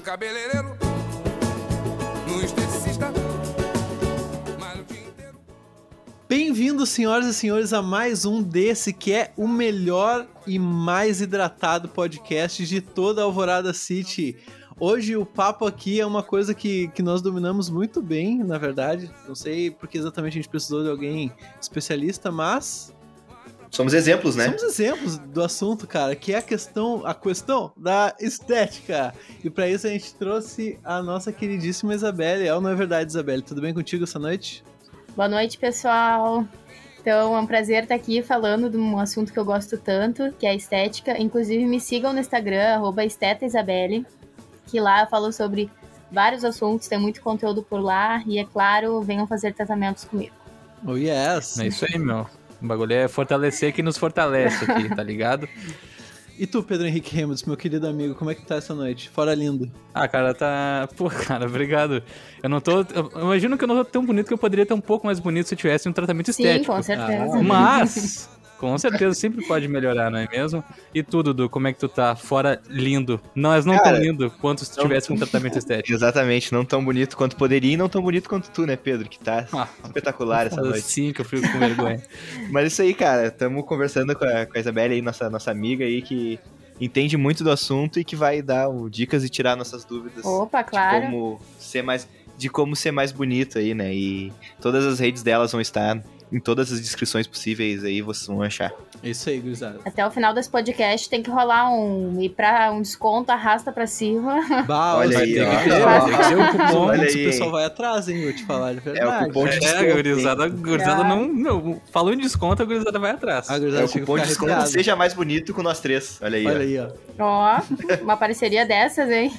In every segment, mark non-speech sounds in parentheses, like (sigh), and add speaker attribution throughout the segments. Speaker 1: cabeleireiro, no esteticista, malho o dia inteiro.
Speaker 2: Bem-vindos, senhoras e senhores, a mais um desse que é o melhor e mais hidratado podcast de toda a Alvorada City. Hoje o papo aqui é uma coisa que, que nós dominamos muito bem, na verdade. Não sei porque exatamente a gente precisou de alguém especialista, mas
Speaker 3: Somos exemplos, né?
Speaker 2: Somos exemplos do assunto, cara, que é a questão, a questão da estética. E pra isso a gente trouxe a nossa queridíssima Isabelle. É, não é verdade, Isabelle? Tudo bem contigo essa noite?
Speaker 4: Boa noite, pessoal. Então, é um prazer estar aqui falando de um assunto que eu gosto tanto, que é a estética. Inclusive, me sigam no Instagram, arroba estetaisabelle, que lá eu falo sobre vários assuntos, tem muito conteúdo por lá. E, é claro, venham fazer tratamentos comigo.
Speaker 2: Oh, yes.
Speaker 5: É isso aí, meu. O bagulho é fortalecer que nos fortalece aqui, tá ligado?
Speaker 2: E tu, Pedro Henrique Ramos, meu querido amigo, como é que tá essa noite? Fora lindo.
Speaker 5: Ah, cara, tá. Pô, cara, obrigado. Eu não tô. Eu imagino que eu não tô tão bonito que eu poderia estar um pouco mais bonito se eu tivesse um tratamento
Speaker 4: Sim,
Speaker 5: estético.
Speaker 4: com certeza.
Speaker 5: Mas, com certeza, sempre pode melhorar, não é mesmo? E tu, Dudu, como é que tu tá? Fora lindo. Não, mas não
Speaker 3: Cara,
Speaker 5: tão lindo quanto se
Speaker 3: não-
Speaker 5: tivesse um tratamento estético.
Speaker 3: Exatamente, não tão bonito quanto poderia e não tão bonito quanto tu, né, Pedro? Que
Speaker 2: (laughs)
Speaker 3: tá
Speaker 5: Ah,
Speaker 3: espetacular essa noite.
Speaker 5: Sim, que eu fico com vergonha.
Speaker 3: (laughs) Mas isso aí, cara, estamos conversando com a, com a Isabelle aí, nossa, nossa amiga aí, que entende muito do assunto e que vai dar o, dicas e tirar nossas dúvidas
Speaker 4: Opa,
Speaker 3: de
Speaker 4: claro.
Speaker 3: Tipo, como ser mais. De como ser mais bonito aí, né? E todas as redes delas vão estar em todas as descrições possíveis aí, vocês vão achar.
Speaker 2: É isso aí,
Speaker 3: (laughs)
Speaker 2: gurizada.
Speaker 4: Até o final desse podcast tem que rolar um. E pra um desconto, arrasta pra cima. (laughs)
Speaker 2: Bah,
Speaker 3: Olha
Speaker 2: Ah, vai
Speaker 3: aí,
Speaker 2: ter
Speaker 3: ó.
Speaker 2: que ter, vai ter que ter o cupom,
Speaker 3: Olha
Speaker 2: antes o
Speaker 3: aí,
Speaker 2: pessoal
Speaker 3: hein.
Speaker 2: vai atrás, hein, vou te falar, de
Speaker 3: É o
Speaker 2: verdade.
Speaker 3: cupom de
Speaker 5: É,
Speaker 3: desconto.
Speaker 5: gurizada,
Speaker 3: hein?
Speaker 5: a gurizada não. Meu, falou em desconto, a gurizada vai atrás.
Speaker 2: A
Speaker 3: É
Speaker 2: gurizada
Speaker 3: o
Speaker 2: chega a
Speaker 3: cupom de
Speaker 2: ficar
Speaker 3: desconto
Speaker 2: arrepiada.
Speaker 3: Seja Mais Bonito com nós três. Olha aí,
Speaker 2: Olha
Speaker 3: ó.
Speaker 2: aí, ó.
Speaker 4: Ó, uma parceria dessas, hein?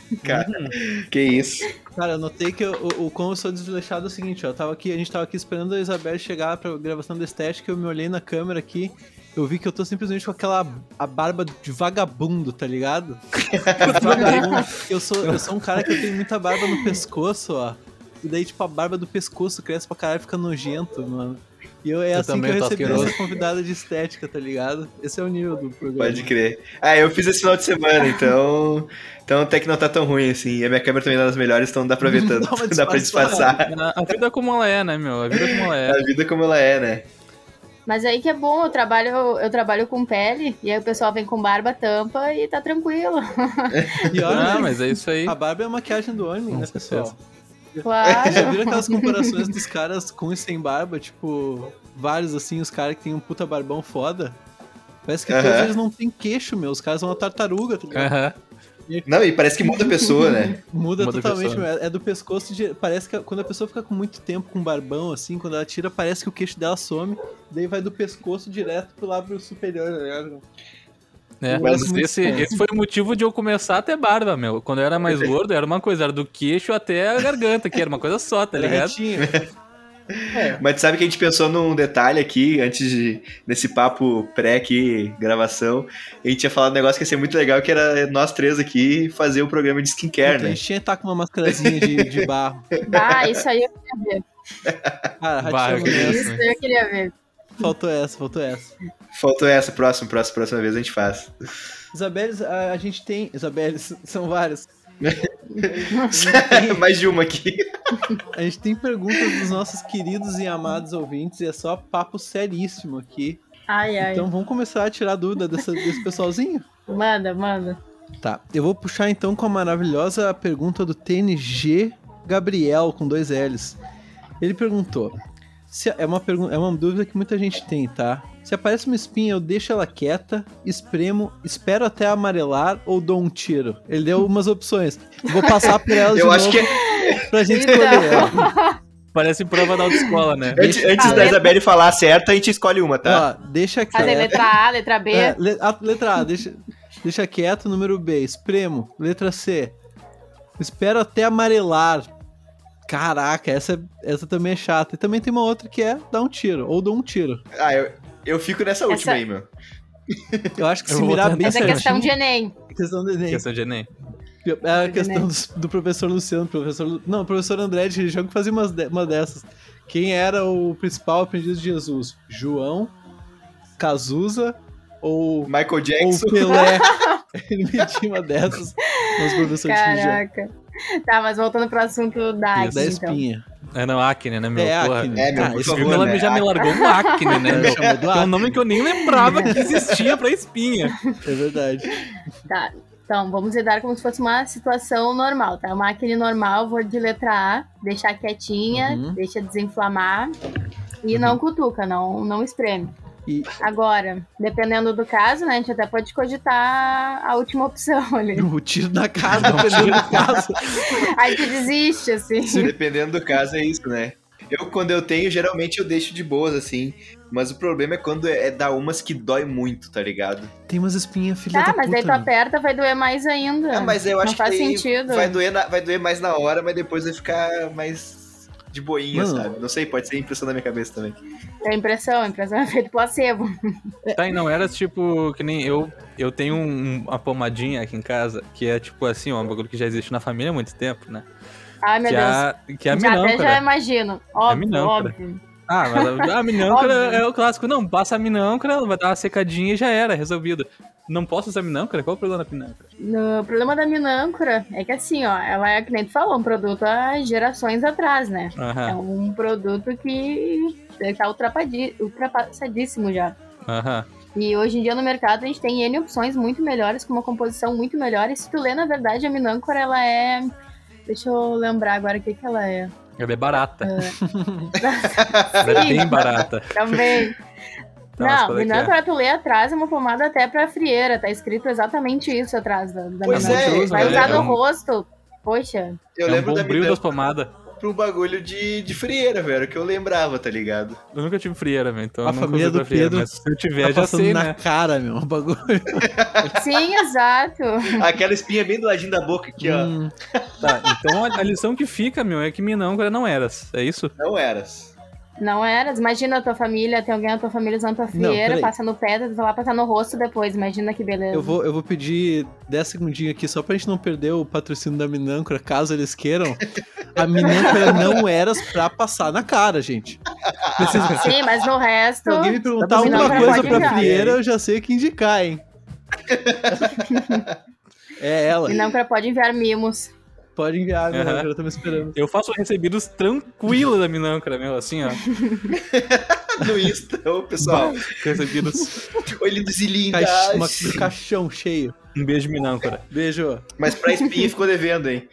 Speaker 3: Que isso.
Speaker 2: Cara, eu notei que eu- o, o como eu sou desleixado é o seguinte, ó. eu Tava aqui, a gente tava aqui esperando a Isabelle chegar pra gravação da estética, eu me olhei na câmera aqui, eu vi que eu tô simplesmente com aquela a barba de vagabundo, tá ligado? De vagabundo. Eu sou, eu sou um cara que tem muita barba no pescoço, ó. E daí, tipo, a barba do pescoço cresce pra caralho e fica nojento, mano. E eu, é
Speaker 5: Eu
Speaker 2: assim que
Speaker 5: também
Speaker 2: eu
Speaker 5: tô
Speaker 2: recebi
Speaker 5: asqueroso.
Speaker 2: essa convidada de estética, tá ligado? Esse é o nível do programa.
Speaker 3: Pode crer. Ah, eu fiz esse final de semana, então. Então até que não tá tão ruim assim. E a minha câmera também é das melhores, então dá pra ver tanto.
Speaker 2: Dá uma
Speaker 3: (laughs) dá pra
Speaker 2: disfarçada.
Speaker 3: disfarçar
Speaker 5: A, a vida como ela é, né, meu? A vida como ela é.
Speaker 3: a vida como ela é, né?
Speaker 4: Mas aí que é bom, eu trabalho, eu trabalho com pele, e aí o pessoal vem com barba, tampa e tá tranquilo.
Speaker 2: E olha,
Speaker 5: Ah, mas é
Speaker 2: (laughs)
Speaker 5: isso aí.
Speaker 2: a barba é a maquiagem do homem,
Speaker 5: Com
Speaker 2: né,
Speaker 5: certeza.
Speaker 2: pessoal? (laughs) Já
Speaker 4: Claro.
Speaker 2: viram aquelas comparações dos caras com e sem barba? Tipo, vários assim, os caras que tem um puta barbão foda. Parece que todos
Speaker 3: Aham.
Speaker 2: eles não têm queixo, meu. Os caras são uma tartaruga, tá ligado?
Speaker 5: Aham.
Speaker 3: Não, e parece que muda a pessoa, né?
Speaker 2: Muda
Speaker 5: Muda a
Speaker 2: totalmente,
Speaker 5: pessoa.
Speaker 2: meu. É do pescoço de. Parece que quando a pessoa fica com muito tempo com barbão, assim, quando ela tira, parece que o queixo dela some. Daí vai do pescoço direto pro lábio superior, tá ligado?
Speaker 5: É,
Speaker 2: Mas
Speaker 5: mas
Speaker 2: muito
Speaker 5: esse,
Speaker 2: bom.
Speaker 5: esse foi o motivo de eu começar a ter barba, meu. Quando eu
Speaker 2: (laughs)
Speaker 5: era mais gordo, era uma coisa, era do queixo até a garganta, que era uma coisa só, tá
Speaker 2: Era (laughs)
Speaker 5: ligado?
Speaker 2: retinho.
Speaker 3: Mas tu sabe que a gente pensou num detalhe aqui, antes de nesse papo pré aqui, gravação, a gente tinha falado um negócio que ia ser muito legal, que era nós três aqui fazer o programa de skincare,
Speaker 2: Então, a
Speaker 3: né?
Speaker 2: gente tinha que tá com uma mascarazinha de, de barro.
Speaker 4: Ah, isso aí eu
Speaker 2: Tá
Speaker 4: queria ver.
Speaker 2: Cara,
Speaker 5: Bah,
Speaker 2: rachamos
Speaker 5: que
Speaker 2: nessa.
Speaker 4: Isso aí eu queria ver.
Speaker 2: Faltou essa, faltou essa.
Speaker 3: Faltou essa, próximo, próximo, próxima vez a gente faz.
Speaker 2: Isabeles, a, a gente tem. Isabeles, (laughs) são vários.
Speaker 3: (laughs) Mais de uma aqui.
Speaker 2: A gente tem perguntas dos nossos queridos e amados ouvintes e é só papo seríssimo aqui.
Speaker 4: Ai, ai.
Speaker 2: Então vamos começar a tirar dúvida dessa- desse pessoalzinho?
Speaker 4: Manda, manda.
Speaker 2: Tá, eu vou puxar então com a maravilhosa pergunta do TNG Gabriel, com dois L's. Ele perguntou: se é, uma pergun é uma dúvida que muita gente tem, tá? Se aparece uma espinha, eu deixo ela quieta, espremo, espero até amarelar ou dou um tiro? Ele deu umas opções. Vou passar por elas de
Speaker 3: Eu acho
Speaker 2: novo
Speaker 3: que é
Speaker 2: pra gente
Speaker 4: Então.
Speaker 2: escolher.
Speaker 5: Parece prova da autoescola, né?
Speaker 3: antes, antes da
Speaker 4: Falei.
Speaker 3: Isabelle falar certa, a gente escolhe uma, tá?
Speaker 2: Ó, deixa
Speaker 4: Fazer
Speaker 2: quieto.
Speaker 4: letra A, letra B.
Speaker 2: É, le- a- letra A, deixa, (laughs) deixa quieto. Número B, espremo. Letra C, espero até amarelar. Caraca, essa, é- essa também é chata. E também tem uma outra que é dar um tiro, ou dou um tiro.
Speaker 3: Ah, eu, eu fico nessa última
Speaker 4: Essa-
Speaker 3: aí, meu.
Speaker 2: Eu acho que
Speaker 5: Eu
Speaker 2: se
Speaker 5: vou
Speaker 2: mirar
Speaker 5: botar
Speaker 2: bem
Speaker 4: Essa é
Speaker 2: certinho... É
Speaker 4: questão de Enem.
Speaker 2: Questão do Enem.
Speaker 5: Questão de Enem.
Speaker 2: Era a
Speaker 4: do
Speaker 2: questão do, do professor Luciano, professor... Lu- Não, o professor André de religião que fazia umas de- uma dessas. Quem era o principal aprendiz de Jesus? João, Cazuza ou...
Speaker 3: Michael
Speaker 2: Ou
Speaker 4: (laughs)
Speaker 3: Jackson.
Speaker 2: Pelé. Ele metia uma dessas nos professores é de religião.
Speaker 4: Caraca. Tá, mas voltando pro assunto da
Speaker 2: da
Speaker 4: acne, então.
Speaker 2: espinha.
Speaker 5: É, não, acne, né, meu?
Speaker 2: É,
Speaker 5: Porra.
Speaker 2: acne.
Speaker 3: É, meu,
Speaker 5: Ah,
Speaker 3: por
Speaker 5: esse
Speaker 3: favor,
Speaker 5: filme ela
Speaker 3: né?
Speaker 5: me- já me largou um
Speaker 2: (laughs)
Speaker 5: acne, né,
Speaker 2: Me
Speaker 5: meu?
Speaker 2: chamou do
Speaker 5: É um
Speaker 2: acne.
Speaker 5: nome que eu nem lembrava que existia pra espinha.
Speaker 2: É verdade.
Speaker 4: (laughs) Tá. Então, vamos lidar como se fosse uma situação normal, tá? Uma acne normal, vou de letra A, deixar quietinha,
Speaker 2: Uhum.
Speaker 4: deixa desinflamar e não cutuca, não, não espreme.
Speaker 2: E-
Speaker 4: Agora, dependendo do caso, né, a gente até pode cogitar a última opção
Speaker 2: (laughs)
Speaker 4: ali.
Speaker 2: O tiro
Speaker 4: (laughs)
Speaker 2: na casa, dependendo do caso.
Speaker 4: A gente desiste, assim.
Speaker 3: Se dependendo do caso, é isso, né? Eu, quando eu tenho, geralmente eu deixo de boas, assim. Mas o problema é quando é, é dar umas que dói muito, tá ligado?
Speaker 2: Tem umas espinhas, filha
Speaker 4: Tá,
Speaker 2: da
Speaker 4: mas
Speaker 2: puta.
Speaker 4: daí tu
Speaker 5: né?
Speaker 2: meu.
Speaker 4: aperta, vai doer mais ainda.
Speaker 3: Ah, mas eu
Speaker 4: Não
Speaker 3: acho que
Speaker 4: faz
Speaker 3: daí
Speaker 4: sentido.
Speaker 3: Vai, doer na- vai doer mais na hora, mas depois vai ficar mais de boinha,
Speaker 2: Mano.
Speaker 3: sabe? Não sei, pode ser a impressão da minha cabeça também.
Speaker 4: É impressão, a impressão é feito placebo.
Speaker 2: É.
Speaker 5: Tá, e não era tipo que nem eu. Eu tenho um- uma pomadinha aqui em casa que é tipo assim, ó, um bagulho que já existe na família há muito tempo, né?
Speaker 4: Ai, Ah, meu
Speaker 5: que,
Speaker 4: Deus.
Speaker 5: A, que é a
Speaker 4: já até já
Speaker 5: minâncora. É
Speaker 4: imagino. Óbvio,
Speaker 5: minâncora.
Speaker 4: óbvio.
Speaker 5: Ah, mas a, a minâncora
Speaker 4: Óbvio. né?
Speaker 5: é o clássico. Não, passa a minâncora, ela vai dar uma secadinha e já era, resolvido. Não posso usar minâncora? Qual o problema da minâncora?
Speaker 4: No- O problema da minâncora é que assim, ó, ela é, que nem tu falou, um produto há gerações atrás, né? É
Speaker 5: Aham,
Speaker 4: um produto que tá ultrapadi- ultrapassadíssimo já.
Speaker 5: aham.
Speaker 4: E hoje em dia no mercado a gente tem N opções muito melhores, com uma composição muito melhor. E se tu lê, na verdade, a minâncora, ela é... Deixa eu lembrar agora o que que ela é.
Speaker 5: Ela é barata. (laughs) Ela é
Speaker 4: Sim,
Speaker 5: bem barata.
Speaker 4: também.
Speaker 5: Nossa,
Speaker 4: Não,
Speaker 5: qual é que é?
Speaker 4: minâncora tu lê atrás é uma pomada até pra frieira. Tá escrito exatamente isso atrás da, da
Speaker 3: Pois
Speaker 4: minâncora.
Speaker 3: é,
Speaker 4: Vai
Speaker 3: é,
Speaker 4: usar
Speaker 5: é
Speaker 4: no
Speaker 5: um-
Speaker 4: rosto. Poxa,
Speaker 3: Eu
Speaker 5: é um
Speaker 3: lembro da
Speaker 5: bombril
Speaker 3: minha
Speaker 5: das pomadas.
Speaker 3: pra um bagulho de, de frieira, velho, que eu lembrava, tá ligado?
Speaker 5: Eu nunca tive frieira, velho. Então
Speaker 2: A
Speaker 5: eu nunca
Speaker 2: família
Speaker 5: usei pra
Speaker 2: do
Speaker 5: frieira,
Speaker 2: Pedro
Speaker 5: mas se eu
Speaker 2: Tá
Speaker 5: tiver, já
Speaker 2: passando
Speaker 5: sei,
Speaker 2: na
Speaker 5: né?
Speaker 2: cara, meu. O bagulho.
Speaker 4: Sim, exato.
Speaker 3: Aquela espinha bem do ladinho da boca aqui, ó.
Speaker 2: Hum,
Speaker 5: Tá, então a, a lição que fica, meu, é que minâncora não eras. É isso?
Speaker 3: Não eras.
Speaker 4: Não eras. Imagina a tua família, tem alguém na tua família usando tua frieira,
Speaker 2: peraí.
Speaker 4: passando pedra, tu vai lá passar no rosto depois. Imagina que beleza.
Speaker 2: eu, vou, eu vou pedir 10 segundinhos aqui só pra gente não perder o patrocínio da Minâncora, caso eles queiram. A Minâncora não era pra passar na cara, gente. Precisa-
Speaker 4: Sim, mas no resto.
Speaker 2: Se alguém me perguntar
Speaker 4: Não,
Speaker 2: alguma
Speaker 4: não
Speaker 2: coisa
Speaker 4: pode
Speaker 2: pra é
Speaker 4: indicar.
Speaker 2: frieira, eu já sei o que indicar, hein? (laughs) é ela.
Speaker 4: Minâncora pode enviar mimos.
Speaker 2: Pode enviar, meu.
Speaker 5: Aham.
Speaker 2: Eu já tô me esperando.
Speaker 5: Eu faço recebidos tranquilo da minâncora, meu, assim, ó.
Speaker 3: (laughs) No Insta, ô, pessoal.
Speaker 4: (laughs)
Speaker 5: Recebidos.
Speaker 3: Olhinhos
Speaker 2: Caixa, uma,
Speaker 3: lindas.
Speaker 2: um caixão cheio.
Speaker 5: Um beijo, minâncora.
Speaker 2: Beijo.
Speaker 3: Mas pra espinha ficou devendo, hein?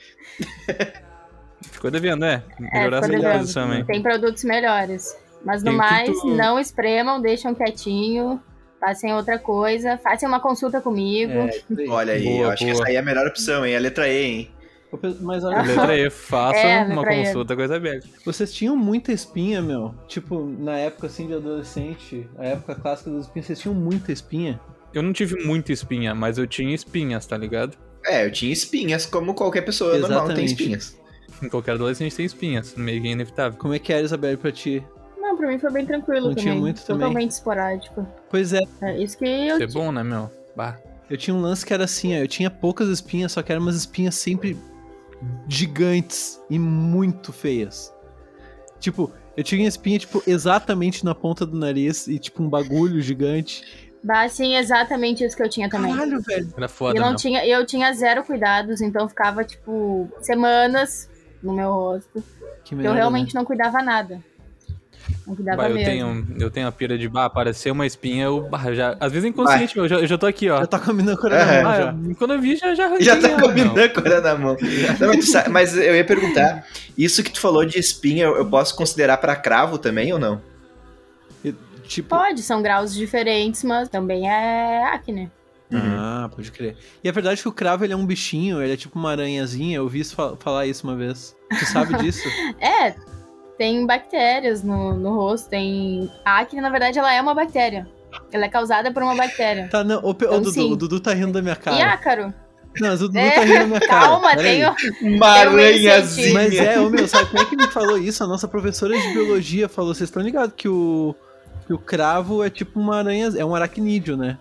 Speaker 5: Ficou devendo, né? Melhorar
Speaker 4: É, ficou
Speaker 5: essa
Speaker 4: devendo.
Speaker 5: posição, hein?
Speaker 4: Tem produtos melhores. Mas no
Speaker 5: Tem
Speaker 4: mais,
Speaker 5: tudo-
Speaker 4: não espremam, deixam quietinho, passem outra coisa, façam uma consulta comigo.
Speaker 2: É,
Speaker 3: Olha aí,
Speaker 5: Boa,
Speaker 3: eu acho que
Speaker 5: boa.
Speaker 3: essa aí é a melhor opção, hein? A letra E, hein?
Speaker 2: Mas olha,
Speaker 5: Letra E, façam
Speaker 4: É, letra
Speaker 5: uma
Speaker 4: E.
Speaker 5: consulta com essa aberta.
Speaker 2: vocês tinham muita espinha, meu. Tipo, na época assim de adolescente, a época clássica das espinhas, vocês tinham muita espinha.
Speaker 5: Eu não tive muita espinha, mas eu tinha espinhas, tá ligado? (laughs)
Speaker 3: É, eu tinha espinhas, como qualquer pessoa normal tem
Speaker 2: Exatamente.
Speaker 3: espinhas.
Speaker 5: Qualquer adolescente tem espinhas, meio que é inevitável.
Speaker 2: Como é que era, Isabelle, pra ti?
Speaker 4: Não, pra mim foi bem tranquilo
Speaker 2: Não
Speaker 4: também.
Speaker 2: tinha muito também.
Speaker 4: Totalmente esporádico.
Speaker 2: Pois é,
Speaker 4: É isso que eu
Speaker 5: Isso é bom, né, meu? Bah.
Speaker 2: eu tinha um lance que era assim, ó, eu tinha poucas espinhas, só que eram umas espinhas sempre gigantes e muito feias. Tipo, eu tinha espinha, tipo, exatamente na ponta do nariz e, tipo, um bagulho gigante.
Speaker 4: Bah, sim, assim, exatamente isso que eu tinha (laughs) também.
Speaker 2: Caralho, velho.
Speaker 5: Era
Speaker 4: E
Speaker 5: foda, né?
Speaker 4: não
Speaker 5: meu.
Speaker 4: tinha, eu tinha zero cuidados, então ficava, tipo, semanas no meu rosto.
Speaker 2: Que
Speaker 4: eu
Speaker 2: merda, né?
Speaker 4: realmente não cuidava nada. Não cuidava
Speaker 5: Bah, eu,
Speaker 4: mesmo.
Speaker 5: tenho, eu tenho a pira de, bah, apareceu uma espinha, eu, bah, já, às vezes é inconsciente, meu, eu já, eu já tô aqui,
Speaker 2: né?
Speaker 5: ó.
Speaker 2: Já tá combinando com a
Speaker 3: É.
Speaker 2: minha
Speaker 5: Ah,
Speaker 2: mão já.
Speaker 5: eu- quando eu vi, já, já arranquei
Speaker 3: Já tá
Speaker 5: ela,
Speaker 3: combinando
Speaker 5: meu.
Speaker 3: a cor na mão. Não, mas, tu sabe- mas eu ia perguntar, isso que tu falou de espinha, eu eu posso considerar pra cravo também ou não?
Speaker 2: E, Tipo,
Speaker 4: Pode, são graus diferentes, mas também é acne.
Speaker 3: Uhum.
Speaker 2: Ah, pode crer. E a verdade é que o cravo ele é um bichinho, ele é tipo uma aranhazinha. Eu ouvi isso fa- falar isso uma vez. Tu sabe
Speaker 4: (laughs)
Speaker 2: disso?
Speaker 4: É, tem bactérias no, no rosto, tem... A acne, na verdade, ela é uma bactéria. Ela é causada por uma bactéria.
Speaker 2: Tá, não. Ô, Pe- ô,
Speaker 4: Então,
Speaker 2: Dudu,
Speaker 4: sim.
Speaker 2: o Dudu tá rindo da minha
Speaker 4: E
Speaker 2: cara.
Speaker 4: ácaro?
Speaker 2: Não, mas o Dudu
Speaker 4: (laughs) É,
Speaker 2: tá rindo da minha cara.
Speaker 4: Calma,
Speaker 2: Peraí.
Speaker 4: tem o...
Speaker 3: Maranhazinha.
Speaker 2: Mas é, ô meu, sabe como é que me falou isso? A nossa professora de biologia falou: vocês estão ligados que o, que o cravo é tipo uma aranha, é um aracnídeo, né?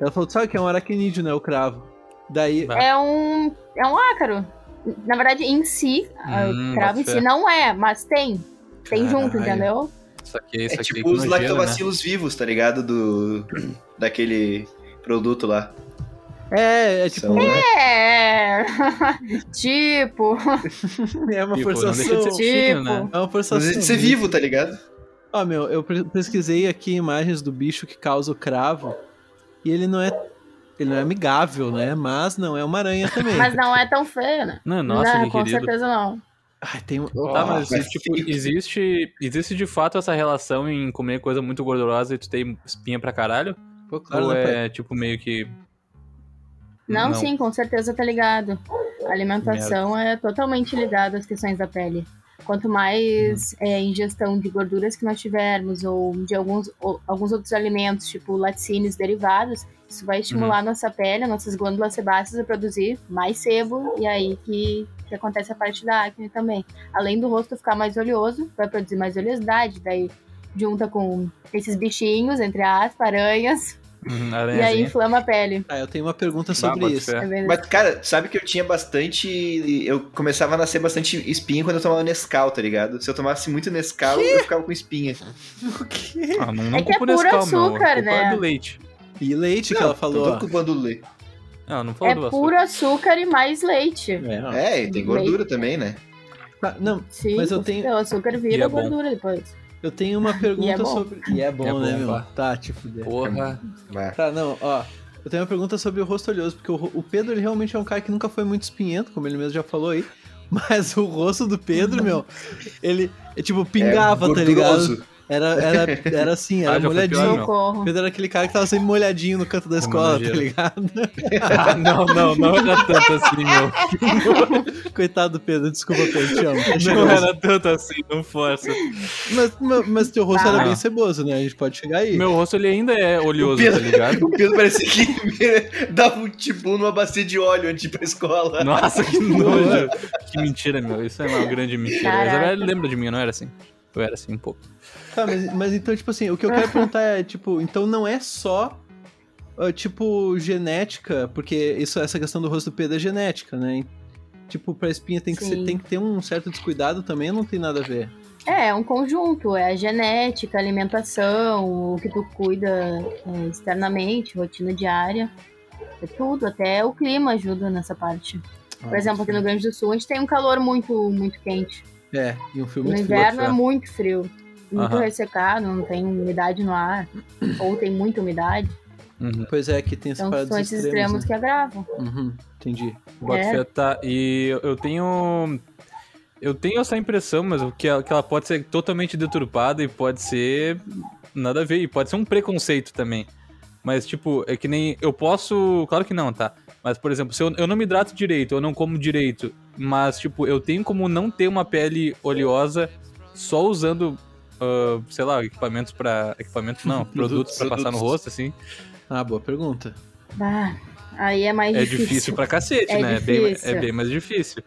Speaker 2: Ela falou: sabe que é um aracnídeo, né? O cravo. Daí,
Speaker 5: Bah.
Speaker 4: É um, é um ácaro. Na verdade, em si,
Speaker 5: Hum,
Speaker 4: o cravo em
Speaker 5: bota
Speaker 4: si
Speaker 5: fé.
Speaker 4: não é, mas tem. Tem junto,
Speaker 2: Caralho.
Speaker 4: entendeu?
Speaker 5: Saquei,
Speaker 3: É
Speaker 5: saquei.
Speaker 3: tipo
Speaker 5: que
Speaker 3: os
Speaker 5: nojeira, né?
Speaker 3: lactobacilos vivos, tá ligado? Do, daquele produto lá.
Speaker 2: É, é tipo.
Speaker 3: São- né?
Speaker 4: É. (laughs) tipo.
Speaker 2: É uma
Speaker 5: Tipo, não deixa de
Speaker 2: forçação.
Speaker 5: ser signo, né?
Speaker 2: É uma
Speaker 3: Não
Speaker 2: forçação.
Speaker 3: deixa de ser vivo, tá ligado?
Speaker 2: Ó, meu, eu pre- pesquisei aqui imagens do bicho que causa o cravo. E ele não é. Ele não é amigável, né? Mas não é uma aranha também.
Speaker 4: Mas não é tão feio, né?
Speaker 5: Não, nossa,
Speaker 4: não,
Speaker 5: que
Speaker 4: com
Speaker 5: querido.
Speaker 4: certeza não.
Speaker 2: Ai, tem um.
Speaker 5: Tá,
Speaker 3: Ó,
Speaker 5: mas,
Speaker 3: mas
Speaker 5: tipo,
Speaker 3: fica.
Speaker 5: existe, existe de fato essa relação em comer coisa muito gordurosa e tu tem espinha pra caralho?
Speaker 2: Pô, claro,
Speaker 5: ou
Speaker 2: né, pai?
Speaker 5: é, tipo, meio que...
Speaker 4: Não, sim, com certeza tá ligado. A alimentação é totalmente ligada às questões da pele. Quanto mais é, ingestão de gorduras que nós tivermos, ou de alguns, ou- alguns outros alimentos, tipo laticínios derivados, isso vai estimular a nossa pele, nossas glândulas sebáceas a produzir mais sebo, e aí que, que acontece a parte da acne também. Além do rosto ficar mais oleoso, vai produzir mais oleosidade, daí junta com esses bichinhos, entre aspas, aranhas,
Speaker 5: Uhum,
Speaker 4: e aí
Speaker 5: aranhazinha.
Speaker 4: inflama a pele.
Speaker 2: Ah, eu tenho uma pergunta
Speaker 5: Bah,
Speaker 2: sobre
Speaker 5: bota
Speaker 2: isso.
Speaker 5: fé.
Speaker 4: assim. É verdade.
Speaker 3: Mas, cara, sabe que eu tinha bastante. Eu começava a nascer bastante espinha quando eu tomava Nescau, tá ligado? Se eu tomasse muito Nescau, eu ficava com espinha.
Speaker 2: (laughs) O quê?
Speaker 5: Ah, não, não
Speaker 4: É que é
Speaker 5: culpa o
Speaker 4: puro
Speaker 5: Nescau, meu,
Speaker 4: açúcar,
Speaker 5: culpa
Speaker 4: né?
Speaker 5: é do leite.
Speaker 2: E leite que
Speaker 3: Não,
Speaker 2: ela falou.
Speaker 3: Não
Speaker 2: ó.
Speaker 3: tô culpando o leite.
Speaker 5: Ah, Não, não falou
Speaker 4: É
Speaker 5: do açúcar.
Speaker 4: puro açúcar e mais leite.
Speaker 2: É, ó.
Speaker 3: É, e tem gordura também, né?
Speaker 2: Tá, não,
Speaker 4: Sim,
Speaker 2: Mas eu tenho-
Speaker 4: o açúcar
Speaker 5: E
Speaker 4: vira
Speaker 5: é bom.
Speaker 4: gordura depois.
Speaker 2: eu tenho uma pergunta
Speaker 4: bom.
Speaker 2: sobre. E é bom,
Speaker 5: É bom,
Speaker 2: né, meu?
Speaker 5: pá.
Speaker 2: Tá, tipo. é.
Speaker 5: Porra.
Speaker 3: Vai.
Speaker 2: Tá, não, ó. Eu tenho uma pergunta sobre o rosto oleoso, porque o, Ro- o Pedro ele realmente é um cara que nunca foi muito espinhento, como ele mesmo já falou aí. (laughs) Mas o rosto do Pedro, meu, ele, é, tipo, pingava, tá ligado?
Speaker 3: gorduroso.
Speaker 2: Era, era, era assim, era
Speaker 5: (laughs) Ah, já foi pior,
Speaker 2: molhadinho.
Speaker 5: não.
Speaker 2: O
Speaker 4: Socorro.
Speaker 2: Pedro era aquele cara que tava sempre molhadinho no canto da escola, tá
Speaker 5: nojeira.
Speaker 2: ligado? (laughs)
Speaker 5: Ah, não, não, não era tanto assim, meu.
Speaker 2: Coitado do Pedro, desculpa, Pedro,
Speaker 5: (laughs)
Speaker 2: te amo. Te
Speaker 5: Não
Speaker 2: amo.
Speaker 5: era tanto assim, não força.
Speaker 2: Mas, mas, mas teu rosto era
Speaker 5: Ah.
Speaker 2: bem ceboso, né? A gente pode chegar aí.
Speaker 5: Meu rosto, ele ainda é oleoso, tá
Speaker 3: Pedro-
Speaker 5: ligado?
Speaker 3: (laughs) O Pedro parecia que (laughs) dava um tibu numa bacia de óleo antes de ir pra escola.
Speaker 5: Nossa, que nojo. que mentira, meu. Isso é uma grande mentira. Mas
Speaker 4: Caraca.
Speaker 5: ela lembra de mim, eu não era assim. Eu era assim um pouco.
Speaker 2: Tá, mas, mas então, tipo assim, o que eu quero perguntar é, tipo, então não é só, ah, tipo, genética, porque isso, essa questão do rosto do Pedro é genética, né? Tipo, pra espinha tem que, ser-
Speaker 4: Sim.
Speaker 2: tem que ter um certo descuidado também, não tem nada a ver.
Speaker 4: É, é um conjunto, é a genética, a alimentação, o que tu cuida é, externamente, rotina diária. É tudo, até o clima ajuda nessa parte.
Speaker 5: Ah,
Speaker 4: Por exemplo, aqui no Rio Grande do Sul, a gente tem um calor muito, muito quente.
Speaker 2: É, e um filme
Speaker 4: No
Speaker 2: muito
Speaker 4: inverno
Speaker 5: frio,
Speaker 4: é
Speaker 5: tá?
Speaker 4: muito frio. Muito
Speaker 5: Aham.
Speaker 4: ressecado, não tem umidade no
Speaker 5: (clears throat)
Speaker 4: ar. Ou tem muita umidade.
Speaker 5: Uhum.
Speaker 2: Pois é, que tem essa
Speaker 4: Então
Speaker 2: parada
Speaker 4: são
Speaker 2: dos
Speaker 4: esses
Speaker 2: extremos,
Speaker 4: extremos que agravam.
Speaker 2: né? Uhum, entendi.
Speaker 5: Bota
Speaker 4: É.
Speaker 5: fé, tá. E eu- eu tenho. Eu tenho essa impressão, mas o que ela, que ela pode ser totalmente deturpada e pode ser. Nada a ver. E pode ser um preconceito também. Mas, tipo, é que nem. Eu posso. Claro que não, tá? Mas, por exemplo, se eu, eu não me hidrato direito, eu não como direito. Mas, tipo, eu tenho como não ter uma pele oleosa só usando. ah, sei lá, equipamentos pra. Equipamentos não, produtos pra passar no
Speaker 2: produtos.
Speaker 5: rosto, assim.
Speaker 2: Ah, boa pergunta.
Speaker 4: Bah, aí é mais
Speaker 5: É difícil pra cacete,
Speaker 4: É
Speaker 5: né? É bem,
Speaker 4: difícil.
Speaker 5: é bem mais difícil.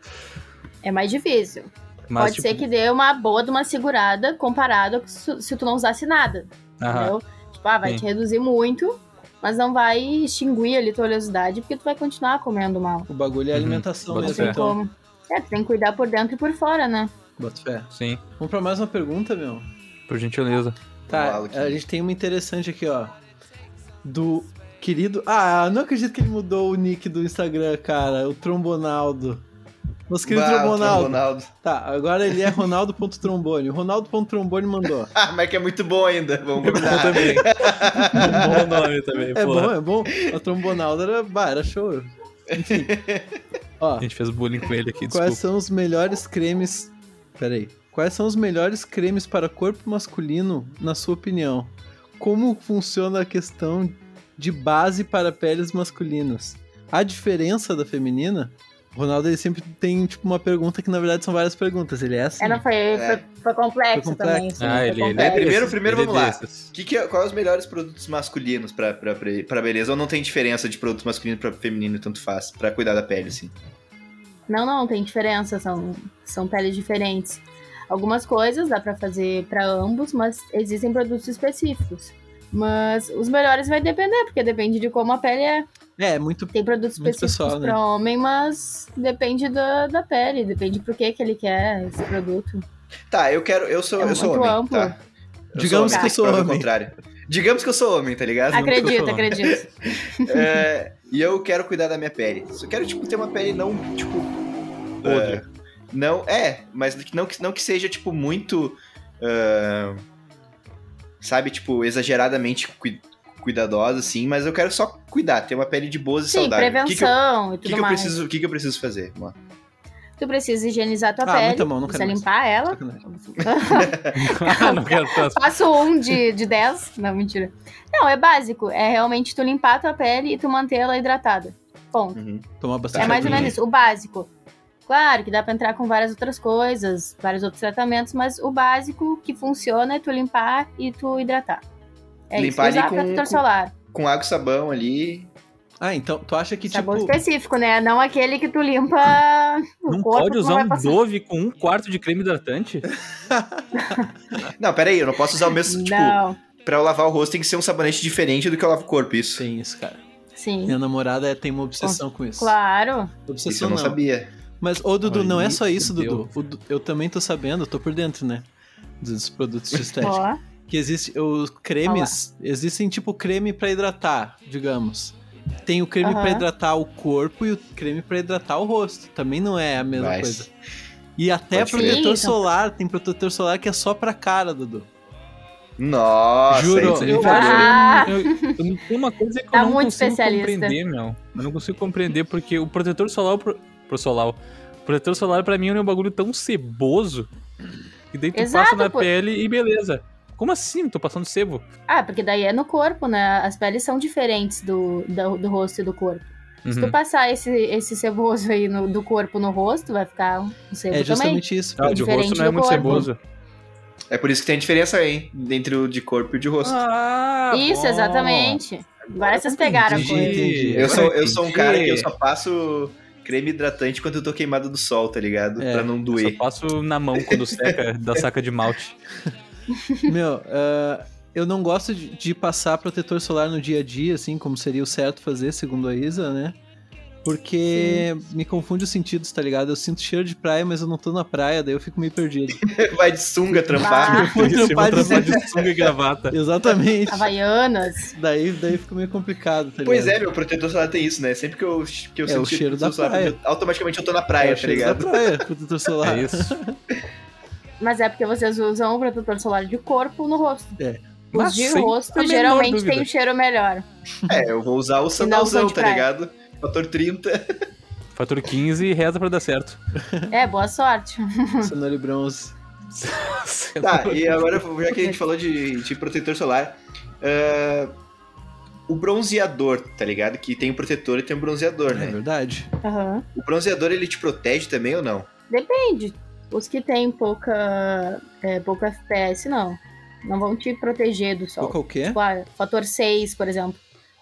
Speaker 4: É mais difícil.
Speaker 5: Mas,
Speaker 4: Pode
Speaker 5: tipo,
Speaker 4: ser que dê uma boa de uma segurada comparado com se, se tu não usasse nada.
Speaker 5: aham.
Speaker 4: Entendeu? Tipo, ah, vai
Speaker 5: Sim.
Speaker 4: te reduzir muito, mas não vai extinguir ali tua oleosidade, porque tu vai continuar comendo mal.
Speaker 2: O bagulho é a
Speaker 5: Uhum,
Speaker 2: alimentação
Speaker 4: Não
Speaker 5: bota
Speaker 2: mesmo,
Speaker 5: fé.
Speaker 4: tem
Speaker 2: então.
Speaker 4: como. É, tu tem que cuidar por dentro e por fora, né?
Speaker 2: Bota fé.
Speaker 5: Sim,
Speaker 2: Vamos pra mais uma pergunta, meu?
Speaker 5: por gentileza.
Speaker 2: Tá,
Speaker 3: Fala aqui.
Speaker 2: a gente tem uma interessante aqui, ó. Do querido. Ah, não acredito que ele mudou o nick do Instagram, cara. O Trombonaldo. Nosso querido
Speaker 3: Bah, o
Speaker 2: Trombonaldo.
Speaker 3: Trombonaldo.
Speaker 2: Tá, agora ele é Ronaldo.trombone. O Ronaldo.trombone mandou.
Speaker 3: Ah, mas que (laughs) é muito bom ainda. Vamos
Speaker 5: É
Speaker 3: combinar.
Speaker 5: também. bom
Speaker 3: (laughs)
Speaker 5: nome também,
Speaker 2: É
Speaker 5: porra.
Speaker 2: bom, é bom. O Trombonaldo era, bah, era show. Enfim.
Speaker 3: (laughs)
Speaker 2: Ó,
Speaker 5: A gente fez bullying com ele aqui, desculpa.
Speaker 2: quais são os melhores cremes. Peraí. Quais são os melhores cremes para corpo masculino, na sua opinião? Como funciona a questão de base para peles masculinas? A diferença da feminina? O Ronaldo ele sempre tem tipo uma pergunta que na verdade são várias perguntas. Ele é assim.
Speaker 4: É, não, foi,
Speaker 3: É.
Speaker 4: Foi, foi complexo
Speaker 2: Foi complexo.
Speaker 4: também. Sim,
Speaker 5: Ah,
Speaker 4: foi
Speaker 5: ele, ele
Speaker 4: complexo.
Speaker 5: é
Speaker 3: É, primeiro- primeiro
Speaker 5: ele
Speaker 3: vamos lá.
Speaker 5: desses. (laughs)
Speaker 3: Que que é, qual é os melhores produtos masculinos pra, pra, pra, pra beleza? Ou não tem diferença de produtos masculinos pra feminino, tanto faz? Pra cuidar da pele, assim.
Speaker 4: Não, não, tem diferença, são, são peles diferentes. Algumas coisas dá pra fazer pra ambos, mas existem produtos específicos. Mas os melhores vai depender, porque depende de como a pele é.
Speaker 2: É, muito. (laughs)
Speaker 4: Tem produtos
Speaker 2: Muito
Speaker 4: específicos
Speaker 2: pessoal, né?
Speaker 4: pra homem, mas depende da, da pele, depende pro que que ele quer esse produto.
Speaker 3: Tá, eu quero. Eu sou,
Speaker 4: É
Speaker 3: eu sou
Speaker 4: muito
Speaker 3: homem.
Speaker 4: amplo.
Speaker 3: Tá. Eu
Speaker 2: Digamos
Speaker 3: sou
Speaker 2: que eu sou
Speaker 3: prova o
Speaker 2: homem.
Speaker 3: contrário. Digamos que eu sou homem, tá ligado?
Speaker 4: Acredito,
Speaker 5: falando.
Speaker 2: (laughs)
Speaker 4: acredito.
Speaker 3: É, e eu quero cuidar da minha pele. Só quero, tipo, ter uma pele não, tipo.
Speaker 5: Podre.
Speaker 3: é, não, é, mas que não, que- não que seja, tipo, muito. é, sabe, tipo, exageradamente cui- cuidadosa, assim, mas eu quero só cuidar, ter uma pele de boas e
Speaker 4: Sim,
Speaker 3: saudável. O que que eu-
Speaker 4: prevenção e
Speaker 3: O
Speaker 4: tudo
Speaker 3: que, que eu
Speaker 4: mais.
Speaker 3: preciso, o que, que eu preciso fazer? Vamos lá.
Speaker 4: Tu precisa higienizar tua
Speaker 2: Ah,
Speaker 4: pele.
Speaker 2: muita mão, não
Speaker 4: precisa
Speaker 2: quero mais.
Speaker 4: limpar ela.
Speaker 2: Sacanagem.
Speaker 5: ah, não quero
Speaker 4: (laughs)
Speaker 5: próximo.
Speaker 4: Passo um de, de 10. Não, mentira. Não, é básico. É realmente tu limpar tua pele e tu manter ela hidratada. Ponto.
Speaker 3: Uhum.
Speaker 2: Tomar bastante
Speaker 4: é mais ou
Speaker 2: aguinha.
Speaker 4: menos isso. O básico. Claro que dá pra entrar com várias outras coisas, vários outros tratamentos, mas o básico que funciona é tu limpar e tu hidratar. É
Speaker 3: Limpar ali
Speaker 4: isso. Usar
Speaker 3: com-
Speaker 4: protetor
Speaker 3: com-
Speaker 4: solar.
Speaker 3: Com água e sabão ali.
Speaker 2: Ah, então tu acha que,
Speaker 4: Sabor
Speaker 2: tipo,
Speaker 4: específico, né? Não aquele que tu limpa o
Speaker 5: Não
Speaker 4: corpo.
Speaker 5: pode
Speaker 4: tu
Speaker 5: usar
Speaker 4: vai
Speaker 5: um
Speaker 4: passar-
Speaker 5: Dove com um quarto de creme hidratante?
Speaker 3: Não, pera aí, eu não posso usar o mesmo. tipo,
Speaker 4: Não,
Speaker 3: pra eu lavar o rosto tem que ser um sabonete diferente do que eu lavo o corpo, isso.
Speaker 2: tem isso, cara.
Speaker 4: sim.
Speaker 2: Minha namorada é- tem uma obsessão com isso.
Speaker 4: Claro.
Speaker 3: Isso
Speaker 2: Obsessão
Speaker 3: eu não,
Speaker 2: não.
Speaker 3: sabia.
Speaker 2: Mas, ô Dudu, não é só
Speaker 5: Aí,
Speaker 2: isso,
Speaker 5: fudeu.
Speaker 2: Dudu. O Du- eu também tô sabendo, tô por dentro, né? Dos produtos de estética.
Speaker 4: Ó,
Speaker 2: que existe os cremes, existem tipo creme pra hidratar, digamos. Tem o creme
Speaker 4: Aham.
Speaker 2: pra hidratar o corpo e o creme pra hidratar o rosto. Também não é a mesma
Speaker 3: Mas-
Speaker 2: coisa. E até
Speaker 3: Pode
Speaker 4: crer.
Speaker 2: protetor
Speaker 4: Sim, então-
Speaker 2: solar, tem protetor solar que é só pra cara, Dudu.
Speaker 3: Nossa,
Speaker 5: Juro,
Speaker 3: isso é
Speaker 5: eu
Speaker 3: diferente.
Speaker 4: Ah!
Speaker 5: acho que eu- eu- eu- tem uma coisa que
Speaker 4: Tá
Speaker 5: eu não
Speaker 4: muito
Speaker 5: consigo
Speaker 4: especialista.
Speaker 5: compreender, meu. Eu não consigo compreender porque o protetor solar pro, pro solar, o protetor solar pra mim é um bagulho tão ceboso que daí tu
Speaker 4: Exato,
Speaker 5: passa na
Speaker 4: pô.
Speaker 5: pele e beleza. Como assim? Tô passando sebo?
Speaker 4: Ah, porque daí é no corpo, né? As peles são diferentes do, do, do rosto e do corpo. Se tu
Speaker 5: Uhum.
Speaker 4: passar esse, esse ceboso aí no- do corpo no rosto, vai ficar um sebo
Speaker 2: é
Speaker 4: também.
Speaker 2: justamente isso.
Speaker 5: Ah, o de
Speaker 4: diferente
Speaker 5: rosto não é
Speaker 4: do
Speaker 5: muito
Speaker 4: corpo.
Speaker 5: ceboso.
Speaker 3: É por isso que tem a diferença aí, hein? Entre o de corpo e o de rosto.
Speaker 5: Ah,
Speaker 4: Isso,
Speaker 5: bom.
Speaker 4: exatamente. Agora vocês pegaram a
Speaker 5: Entendi.
Speaker 4: coisa.
Speaker 2: Entendi.
Speaker 3: eu,
Speaker 5: Agora
Speaker 3: sou, eu sou um
Speaker 5: entendi.
Speaker 3: cara que eu só passo creme hidratante quando eu tô queimado do sol, tá ligado?
Speaker 2: É,
Speaker 3: pra não
Speaker 5: Eu
Speaker 3: doer.
Speaker 5: Só passo na mão quando seca da saca
Speaker 3: (laughs)
Speaker 5: de malte.
Speaker 2: Meu, ah, eu não gosto de, de passar protetor solar no dia a dia, assim, como seria o certo fazer, segundo a Isa, né? Porque me confunde os sentidos, tá ligado? Eu sinto cheiro de praia, mas eu não tô na praia, daí eu fico meio
Speaker 3: (laughs)
Speaker 2: perdido.
Speaker 3: Vai de sunga trampar.
Speaker 2: Eu vou
Speaker 5: Isso, eu vou
Speaker 2: trampar de
Speaker 5: trampar de sunga e gravata.
Speaker 2: Exatamente.
Speaker 4: Havaianas.
Speaker 2: Daí, daí fica meio complicado, tá ligado?
Speaker 3: (laughs) Pois é, meu protetor solar tem isso, né? Sempre que eu, que eu
Speaker 2: É, o cheiro da
Speaker 3: solar,
Speaker 2: praia. É,
Speaker 3: eu- automaticamente eu tô na praia,
Speaker 2: o
Speaker 3: tá
Speaker 2: cheiro
Speaker 3: ligado?
Speaker 2: Da praia, protetor solar.
Speaker 5: É isso.
Speaker 4: Mas é porque vocês usam o protetor solar de corpo no rosto.
Speaker 5: Mas
Speaker 4: Os de
Speaker 5: sem a
Speaker 4: rosto
Speaker 5: menor
Speaker 4: geralmente tem
Speaker 5: dúvida.
Speaker 4: um cheiro melhor.
Speaker 3: É, eu vou usar o sandalzão,
Speaker 4: usou de
Speaker 3: tá
Speaker 4: praia.
Speaker 3: ligado? Fator 30.
Speaker 5: Fator 15 e reza pra dar certo. (laughs)
Speaker 4: É, boa sorte.
Speaker 2: Cenoura e bronze.
Speaker 3: Tá, e agora, já que a gente falou de, de protetor solar, ah, o bronzeador, tá ligado? Que tem o protetor e tem o bronzeador,
Speaker 2: É
Speaker 3: né?
Speaker 2: verdade.
Speaker 4: Aham.
Speaker 3: O bronzeador, ele te protege também ou não?
Speaker 4: Depende. Os que têm pouca, é, pouca FPS, não. Não vão te proteger do sol.
Speaker 2: Qual que é?
Speaker 4: Tipo, ah, fator 6, por exemplo.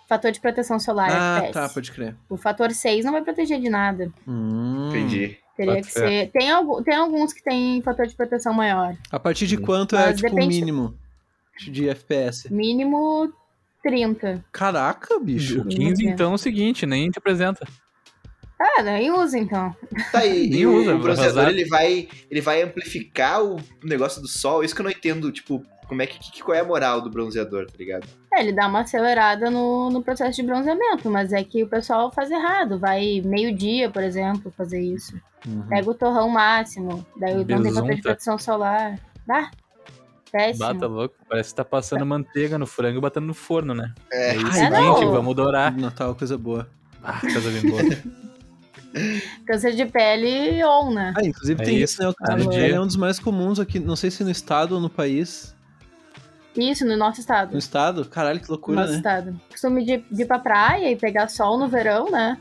Speaker 4: Fator de proteção solar
Speaker 2: Ah,
Speaker 4: FPS.
Speaker 2: tá, pode crer.
Speaker 4: O fator 6 não vai proteger de nada.
Speaker 2: Hum.
Speaker 3: Entendi.
Speaker 4: Teria
Speaker 5: Bota
Speaker 4: que
Speaker 5: fé.
Speaker 4: ser. Tem, algu- tem alguns que tem fator de proteção maior.
Speaker 2: A partir de
Speaker 3: Hum.
Speaker 2: quanto é,
Speaker 4: Mas
Speaker 2: tipo, o
Speaker 4: depende-
Speaker 2: mínimo de FPS?
Speaker 4: Mínimo 30.
Speaker 2: Caraca, bicho.
Speaker 5: O 15, então, é o seguinte, nem te apresenta.
Speaker 4: Ah, nem usa então.
Speaker 3: Tá, e,
Speaker 5: Nem
Speaker 3: e o-
Speaker 5: usa,
Speaker 3: o bronzeador
Speaker 5: azar.
Speaker 3: ele vai, ele vai amplificar o negócio do sol. Isso que eu não entendo, tipo, como é que, que- qual é a moral do bronzeador, tá ligado?
Speaker 4: É, ele dá uma acelerada no, no processo de bronzeamento, mas é que o pessoal faz errado. Vai meio-dia, por exemplo, fazer isso.
Speaker 2: Uhum.
Speaker 4: Pega o torrão máximo. Daí não tem fator de
Speaker 5: Besunta.
Speaker 4: proteção solar. Dá? Péssimo.
Speaker 5: Bata louco. Parece que tá passando manteiga no frango e batendo no forno, né?
Speaker 3: É.
Speaker 5: isso,
Speaker 4: É, não.
Speaker 5: gente, vamos dourar.
Speaker 2: Natal é uma coisa boa.
Speaker 5: Ah, coisa
Speaker 3: (laughs)
Speaker 5: bem boa.
Speaker 4: Câncer de pele on, né?
Speaker 2: Ah, inclusive
Speaker 5: É
Speaker 2: tem
Speaker 5: isso.
Speaker 2: isso, né? O
Speaker 5: Ah,
Speaker 2: câncer de
Speaker 4: no
Speaker 2: pele
Speaker 5: dia.
Speaker 2: é um dos mais comuns aqui, não sei se no estado ou no país.
Speaker 4: Isso, no nosso estado.
Speaker 2: No estado? Caralho, que
Speaker 4: No
Speaker 2: loucura,
Speaker 4: nosso
Speaker 2: né?
Speaker 4: estado. Costume de, de ir pra praia e pegar sol no verão, né?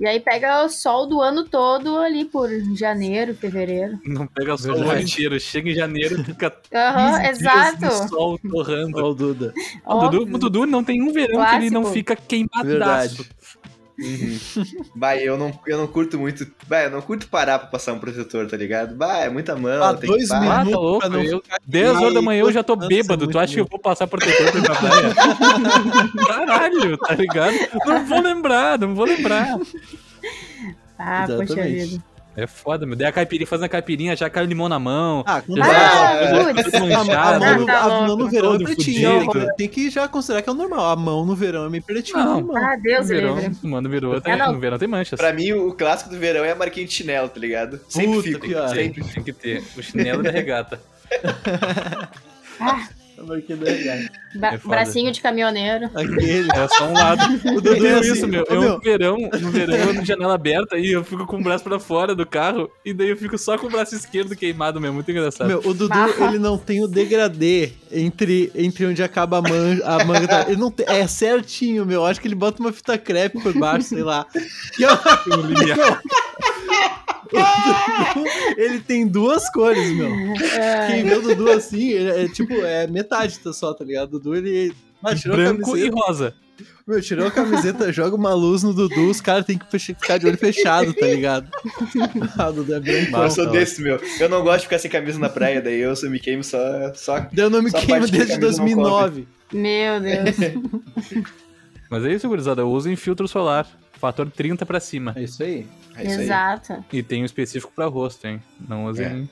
Speaker 4: E aí pega o sol do ano todo ali por janeiro, fevereiro.
Speaker 5: Não pega sol o ano
Speaker 2: Verdade.
Speaker 5: inteiro. Chega em janeiro, fica 15
Speaker 4: Aham,
Speaker 5: dias no
Speaker 4: exato.
Speaker 5: sol torrando.
Speaker 4: tá
Speaker 2: Ó o Duda.
Speaker 5: O Dudu,
Speaker 4: Óbvio.
Speaker 5: o Dudu não tem um verão que ele não
Speaker 4: Clássico.
Speaker 5: fica queimadaço.
Speaker 2: Verdade.
Speaker 3: Bah, eu não, eu não curto muito. Bah, eu não curto parar pra passar um protetor, tá ligado? Bah, é muita mão.
Speaker 2: Ah,
Speaker 3: tem
Speaker 2: dois
Speaker 3: que parar.
Speaker 5: Ah, tá
Speaker 2: Minuto
Speaker 5: louco.
Speaker 2: pra não
Speaker 5: Eu, 10 horas da manhã eu já tô
Speaker 2: Nossa,
Speaker 5: bêbado.
Speaker 2: muito
Speaker 5: Tu acha que eu
Speaker 2: bom.
Speaker 5: vou passar protetor pra ir pra praia? (laughs) Caralho, tá ligado? Não vou lembrar, não vou lembrar.
Speaker 4: Ah, poxa
Speaker 2: Exatamente.
Speaker 4: vida.
Speaker 5: É foda, meu. Daí a caipirinha, fazendo a caipirinha, já cai o limão na mão.
Speaker 2: Ah,
Speaker 5: já
Speaker 2: com
Speaker 4: Ah,
Speaker 5: já- já
Speaker 4: putz.
Speaker 5: fica
Speaker 2: A, a,
Speaker 5: é. manchado.
Speaker 4: Ah,
Speaker 2: mão, no,
Speaker 4: tá
Speaker 2: a mão
Speaker 4: louco.
Speaker 2: no verão é
Speaker 5: Todo
Speaker 2: pretinha.
Speaker 5: fudido.
Speaker 2: tem que- Tem que já considerar que é o normal. A mão no verão é meio pretinha.
Speaker 5: Não.
Speaker 2: irmão.
Speaker 4: Ah, Deus
Speaker 5: no verão,
Speaker 4: livre.
Speaker 5: mano, no verão, tem,
Speaker 4: Ah, não.
Speaker 5: no verão tem manchas.
Speaker 3: Pra mim, o clássico do verão é a marquinha de chinelo, tá ligado? Sempre
Speaker 2: Puta,
Speaker 3: fico,
Speaker 2: pior.
Speaker 3: sempre.
Speaker 5: Sempre tem que ter. O chinelo da regata.
Speaker 4: Ba-
Speaker 5: É foda.
Speaker 4: bracinho de caminhoneiro.
Speaker 2: Aquele.
Speaker 5: É só um lado.
Speaker 2: O
Speaker 5: Eu
Speaker 2: Dudu é
Speaker 5: tenho
Speaker 2: assim,
Speaker 5: isso, meu.
Speaker 2: ô,
Speaker 5: Eu,
Speaker 2: meu,
Speaker 5: no verão, no verão, eu ando de janela aberta e eu fico com o braço pra fora do carro e daí eu fico só com o braço esquerdo queimado mesmo. Muito engraçado.
Speaker 2: Meu, o Dudu,
Speaker 4: Barra.
Speaker 2: ele não tem o degradê entre, entre onde acaba a, man, a manga. tá? Ele não tem- é certinho, meu. Acho que ele bota uma fita crepe por baixo, sei lá. E eu-
Speaker 5: Um linear.
Speaker 2: (laughs) ele tem duas cores, meu. Quem vê o Dudu assim, ele é tipo, é metade tá só, tá ligado? O Dudu, ele. Ah, tirou a
Speaker 5: branco e
Speaker 2: camiseta.
Speaker 5: rosa.
Speaker 2: Meu, tirou a camiseta, (laughs) joga uma luz no Dudu, os caras têm que fech- ficar de olho fechado, tá ligado? (laughs) ah, o Dudu é branco.
Speaker 3: Eu
Speaker 5: Nossa,
Speaker 3: sou
Speaker 5: ó.
Speaker 3: desse, meu. Eu não gosto de ficar sem camisa na praia, daí eu só me queimo só, só
Speaker 2: Daí eu não me
Speaker 3: Só a
Speaker 2: queimo
Speaker 3: parte que a
Speaker 2: desde
Speaker 3: camisa não
Speaker 2: 2009.
Speaker 4: Meu Deus.
Speaker 5: Mas é isso, gurizada. Usem filtro solar. Fator 30 pra cima.
Speaker 2: É isso aí.
Speaker 3: É isso aí.
Speaker 4: Exato.
Speaker 5: E tem um específico pra rosto, hein? Não usem.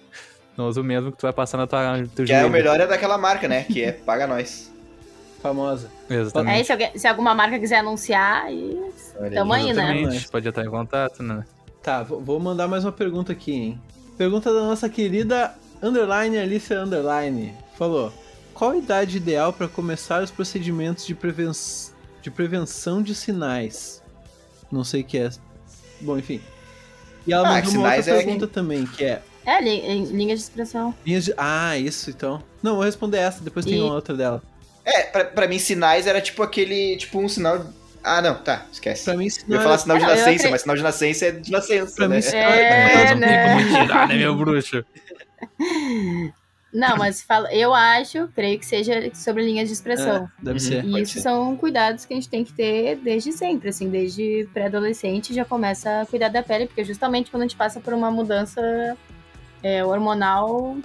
Speaker 5: Não usem o mesmo que tu vai passar na tua no teu
Speaker 3: Que é o
Speaker 5: joelho.
Speaker 3: melhor é daquela marca, né? Que é Paga Nós.
Speaker 2: Famosa.
Speaker 5: Exatamente.
Speaker 4: Aí, se, alguém- se alguma marca quiser anunciar, aí
Speaker 3: Olha aí.
Speaker 4: tamo aí, né?
Speaker 5: Exatamente. Pode estar em contato, né?
Speaker 2: Tá, vou vou mandar mais uma pergunta aqui, hein? Pergunta da nossa querida Underline Alicia Underline. Falou: Qual a idade ideal para começar os procedimentos de, preven de prevenção de sinais? Não sei o que é. Bom, enfim. E ela
Speaker 3: Ah,
Speaker 2: mandou uma outra
Speaker 3: sinais é
Speaker 2: pergunta também, que é.
Speaker 4: É, li- em linha de expressão.
Speaker 2: linhas de- Ah, isso então. Não, vou responder essa, depois tem
Speaker 4: E-
Speaker 2: uma outra dela.
Speaker 3: É, pra, pra mim, sinais era tipo aquele. Tipo um sinal. Ah, não, tá, esquece.
Speaker 2: Pra mim,
Speaker 3: Eu ia
Speaker 2: sinal.
Speaker 3: falar sinal de
Speaker 4: Não, eu
Speaker 3: nascença,
Speaker 4: acredito-
Speaker 3: mas sinal de nascença é de nascença,
Speaker 2: Pra
Speaker 3: né?
Speaker 2: mim,
Speaker 3: é.
Speaker 2: sinal de
Speaker 4: É,
Speaker 5: Mas não tem
Speaker 4: né?
Speaker 5: como tirar, né, meu bruxo?
Speaker 4: Não, mas fala, eu acho, creio que seja sobre linhas de expressão.
Speaker 2: É, deve
Speaker 3: Uhum.
Speaker 2: ser.
Speaker 4: E
Speaker 3: pode
Speaker 4: isso
Speaker 3: ser.
Speaker 4: são cuidados que a gente tem que ter desde sempre, assim, desde pré-adolescente já começa a cuidar da pele, porque justamente quando a gente passa por uma mudança é, hormonal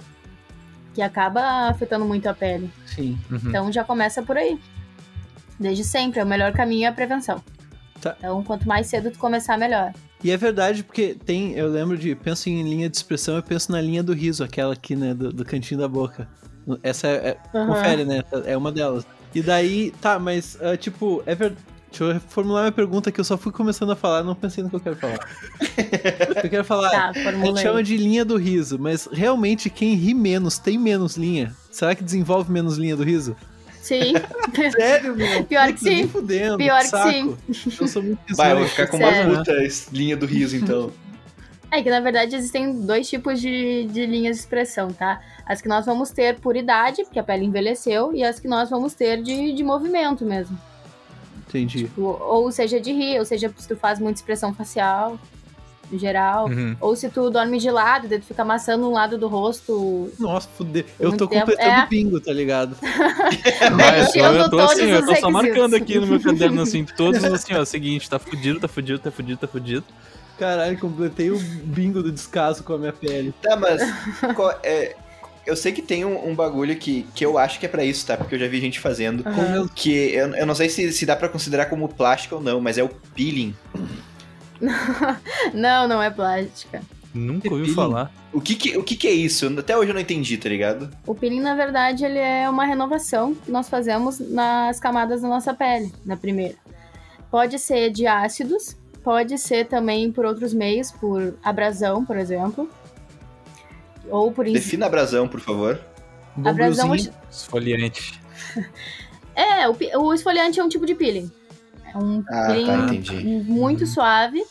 Speaker 4: que acaba afetando muito a pele.
Speaker 2: Sim.
Speaker 5: Uhum.
Speaker 4: Então já começa por aí. Desde sempre, o melhor caminho é a prevenção.
Speaker 2: Tá.
Speaker 4: Então, quanto mais cedo tu começar, melhor.
Speaker 2: E é verdade, porque tem. Eu lembro de. Penso em linha de expressão, eu penso na linha do riso, aquela aqui, né? Do, do cantinho da boca. Essa é, é- confere, né? É uma delas. E daí, tá, mas, ah, tipo, é verdade. Deixa eu reformular minha pergunta que eu só fui começando a falar, não pensei no que eu quero falar. eu quero falar.
Speaker 4: (laughs) Tá,
Speaker 2: A gente
Speaker 4: formulei.
Speaker 2: chama de linha do riso, mas realmente quem ri menos tem menos linha. Será que desenvolve menos linha do
Speaker 4: (laughs)
Speaker 2: riso?
Speaker 4: Sim,
Speaker 2: Sério, meu?
Speaker 4: Pior que
Speaker 2: Putz, nem
Speaker 4: sim.
Speaker 2: Fudendo,
Speaker 4: Pior que
Speaker 2: saco.
Speaker 4: sim.
Speaker 2: Eu sou muito
Speaker 3: Vai, eu
Speaker 2: risonho.
Speaker 3: vou ficar com
Speaker 2: é,
Speaker 4: Sério.
Speaker 2: né?
Speaker 3: uma puta linha do riso, então.
Speaker 4: É que na verdade existem dois tipos de, de linhas de expressão, tá? As que nós vamos ter por idade, porque a pele envelheceu, e as que nós vamos ter de, de movimento mesmo.
Speaker 2: Entendi.
Speaker 4: Ou, ou seja, de rir, ou seja, se tu faz muita expressão facial, em geral.
Speaker 5: Uhum.
Speaker 4: Ou se tu dorme de lado, daí tu fica amassando um lado do rosto.
Speaker 2: Nossa, fudeu. Eu
Speaker 4: Muito
Speaker 2: tô
Speaker 4: tempo.
Speaker 2: completando
Speaker 4: É.
Speaker 2: o bingo, tá ligado?
Speaker 5: Mas eu,
Speaker 4: Preenchendo
Speaker 5: eu tô
Speaker 4: todos
Speaker 5: assim, eu
Speaker 4: os
Speaker 5: tô só
Speaker 4: requisitos.
Speaker 5: marcando aqui no meu caderno, assim, todos assim, ó, seguinte, tá fudido, tá fudido, tá fudido, tá fudido.
Speaker 2: Caralho, completei o bingo do descaso com a minha pele.
Speaker 3: Tá, (laughs) mas. qual- é, eu sei que tem um, um bagulho que, que eu acho que é pra isso, tá? Porque eu já vi gente fazendo.
Speaker 2: Com meu-
Speaker 3: Que eu, eu não sei se, se dá pra considerar como plástico ou não, mas é o peeling.
Speaker 4: Não, não é plástica.
Speaker 5: Nunca ouvi
Speaker 2: Peeling.
Speaker 5: falar.
Speaker 3: O que que, o que que é isso? Eu- Até hoje eu não entendi, tá ligado?
Speaker 4: O peeling, na verdade, ele é uma renovação que nós fazemos nas camadas da nossa pele, na primeira. Pode ser de ácidos, pode ser também por outros meios, por abrasão, por exemplo. Ou por ins-
Speaker 3: Defina abrasão, por favor.
Speaker 2: um
Speaker 4: abrasão.
Speaker 2: Bombruzinho.
Speaker 5: Esfoliante.
Speaker 4: É, o, pe- o esfoliante é um tipo de peeling. É um
Speaker 3: Ah,
Speaker 4: peeling
Speaker 3: tá, entendi.
Speaker 4: muito suave.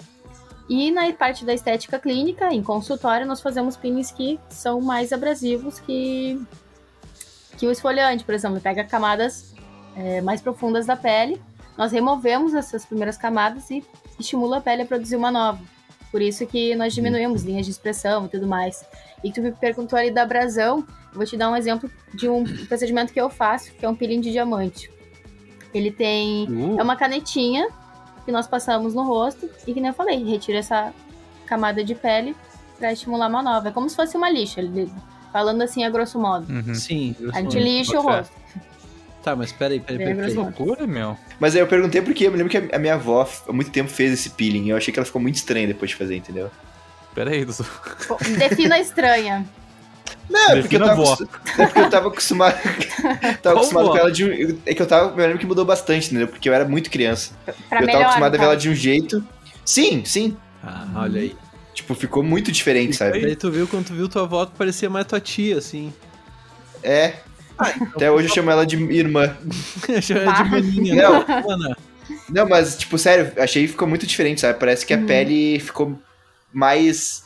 Speaker 4: E na parte da estética clínica, em consultório, nós fazemos peelings que são mais abrasivos que, que o esfoliante, por exemplo, pega camadas eh, mais profundas da pele. Nós removemos essas primeiras camadas e estimula a pele a produzir uma nova. Por isso que nós diminuímos linhas de expressão e tudo mais. E tu me perguntou ali da abrasão, eu vou te dar um exemplo de um procedimento que eu faço, que é um peeling de diamante. Ele tem
Speaker 5: Uh,
Speaker 4: é uma canetinha que nós passamos no rosto e que nem eu falei, retira essa camada de pele pra estimular a manobra. É como se fosse uma lixa, ele- falando assim a grosso modo.
Speaker 5: uhum.
Speaker 2: Sim. eu
Speaker 4: A gente
Speaker 2: sou-
Speaker 4: lixa o
Speaker 5: Bota fé.
Speaker 4: rosto.
Speaker 2: Tá, mas peraí, peraí, peraí.
Speaker 5: Que
Speaker 2: peraí.
Speaker 5: loucura, meu.
Speaker 3: Mas aí eu perguntei porque eu me lembro que a- a minha avó há muito tempo fez esse peeling. Eu achei que ela ficou muito estranha depois de fazer, entendeu?
Speaker 5: Pera aí, Dudu.
Speaker 4: Pô, Defina estranha.
Speaker 3: Não, é porque, eu
Speaker 5: Defina
Speaker 3: tava,
Speaker 5: vó.
Speaker 3: acostum- é porque eu tava (laughs) acostumado. tava acostumado
Speaker 5: vó?
Speaker 3: com ela de um. É que eu tava. Eu lembro que mudou bastante, entendeu? Porque eu era muito criança. eu
Speaker 4: Pra melhor.
Speaker 3: tava acostumado a ver
Speaker 4: cara.
Speaker 3: ela de um jeito. Sim, sim.
Speaker 2: Ah, olha aí.
Speaker 3: Tipo, ficou muito diferente, sabe?
Speaker 2: Daí tu viu, quando tu viu tua avó, tu parecia mais tua tia, assim. (laughs)
Speaker 3: É. Até hoje eu chamo ela de irmã.
Speaker 2: Achei ela de
Speaker 4: Pá.
Speaker 2: maninha.
Speaker 3: Não.
Speaker 2: né? Mana,
Speaker 3: Não, mas, tipo, sério, achei que ficou muito diferente, sabe? Parece
Speaker 4: Uhum.
Speaker 3: que a pele ficou mais.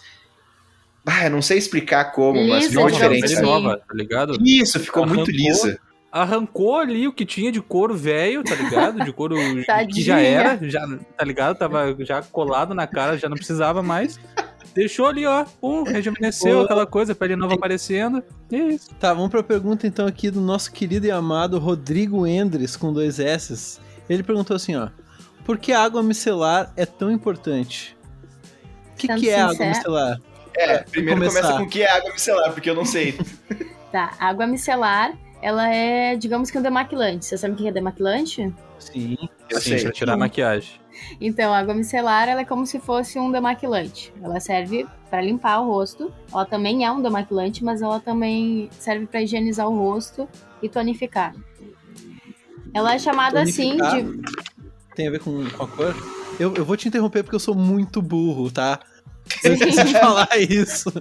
Speaker 3: Ah, eu não sei explicar como, mas
Speaker 4: Lisa,
Speaker 3: ficou
Speaker 4: digamos
Speaker 3: diferente, né?
Speaker 5: Pele
Speaker 4: assim.
Speaker 3: sabe?
Speaker 5: nova, tá ligado?
Speaker 3: Isso, ficou muito
Speaker 5: Arrancou.
Speaker 3: lisa.
Speaker 5: Arrancou ali o que tinha de couro velho, tá ligado?
Speaker 4: (laughs)
Speaker 5: De couro que já
Speaker 4: Tadinha.
Speaker 5: era, já, tá ligado? Tava já colado na cara, já não precisava mais. Deixou ali, ó, pum, rejuvenesceu,
Speaker 2: Pô.
Speaker 5: aquela coisa, pele nova aparecendo. E é isso.
Speaker 2: Tá, vamos pra pergunta então aqui do nosso querido e amado Rodrigo Endres, com dois S's. Ele perguntou assim, ó. Por que a água micelar é tão importante? O que,
Speaker 4: Sendo
Speaker 2: que é a água
Speaker 4: sincera-
Speaker 2: micelar?
Speaker 3: É, primeiro começa
Speaker 2: começar.
Speaker 3: com o que é água micelar, porque eu não sei.
Speaker 4: Tá, a água micelar, ela é, digamos que um demaquilante. Você sabe o que é demaquilante?
Speaker 2: Sim.
Speaker 3: Eu
Speaker 5: Sim,
Speaker 3: sei.
Speaker 5: pra tirar a maquiagem.
Speaker 4: Então, a água micelar, ela é como se fosse um demaquilante. Ela serve para limpar o rosto. Ela também é um demaquilante, mas ela também serve para higienizar o rosto e tonificar. Ela é chamada assim
Speaker 2: Tonificar?
Speaker 4: de
Speaker 2: Tem a ver com, com a cor? Eu, eu vou te interromper porque eu sou muito burro, tá? Eu esqueci
Speaker 4: (laughs)
Speaker 2: de falar isso.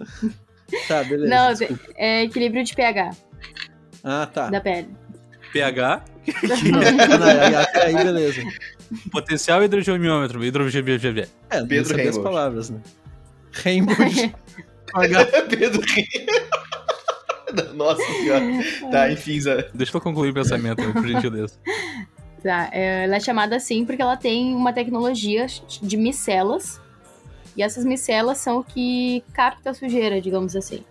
Speaker 2: Tá, beleza.
Speaker 4: Não,
Speaker 2: desculpa.
Speaker 4: é, equilíbrio de pH
Speaker 2: Ah, tá. Ah,
Speaker 4: da pele.
Speaker 2: (laughs)
Speaker 5: pH,
Speaker 2: Não, não, aí- até aí, beleza.
Speaker 5: potencial hidrogeomiômetro, hidrogeomiômetro.
Speaker 2: É, não
Speaker 3: Pedro
Speaker 2: sabia as
Speaker 3: Rainbow.
Speaker 2: palavras, né?
Speaker 4: (laughs)
Speaker 2: Rainbow
Speaker 4: É
Speaker 2: de pagar.
Speaker 3: (laughs) Pedro (laughs) Nossa senhora. Tá, enfim, Zé.
Speaker 5: Deixa eu concluir o pensamento,
Speaker 4: (laughs)
Speaker 5: por gentileza.
Speaker 4: Tá, é, ela é chamada assim porque ela tem uma tecnologia de micelas. E essas micelas são o que capta a sujeira, digamos assim.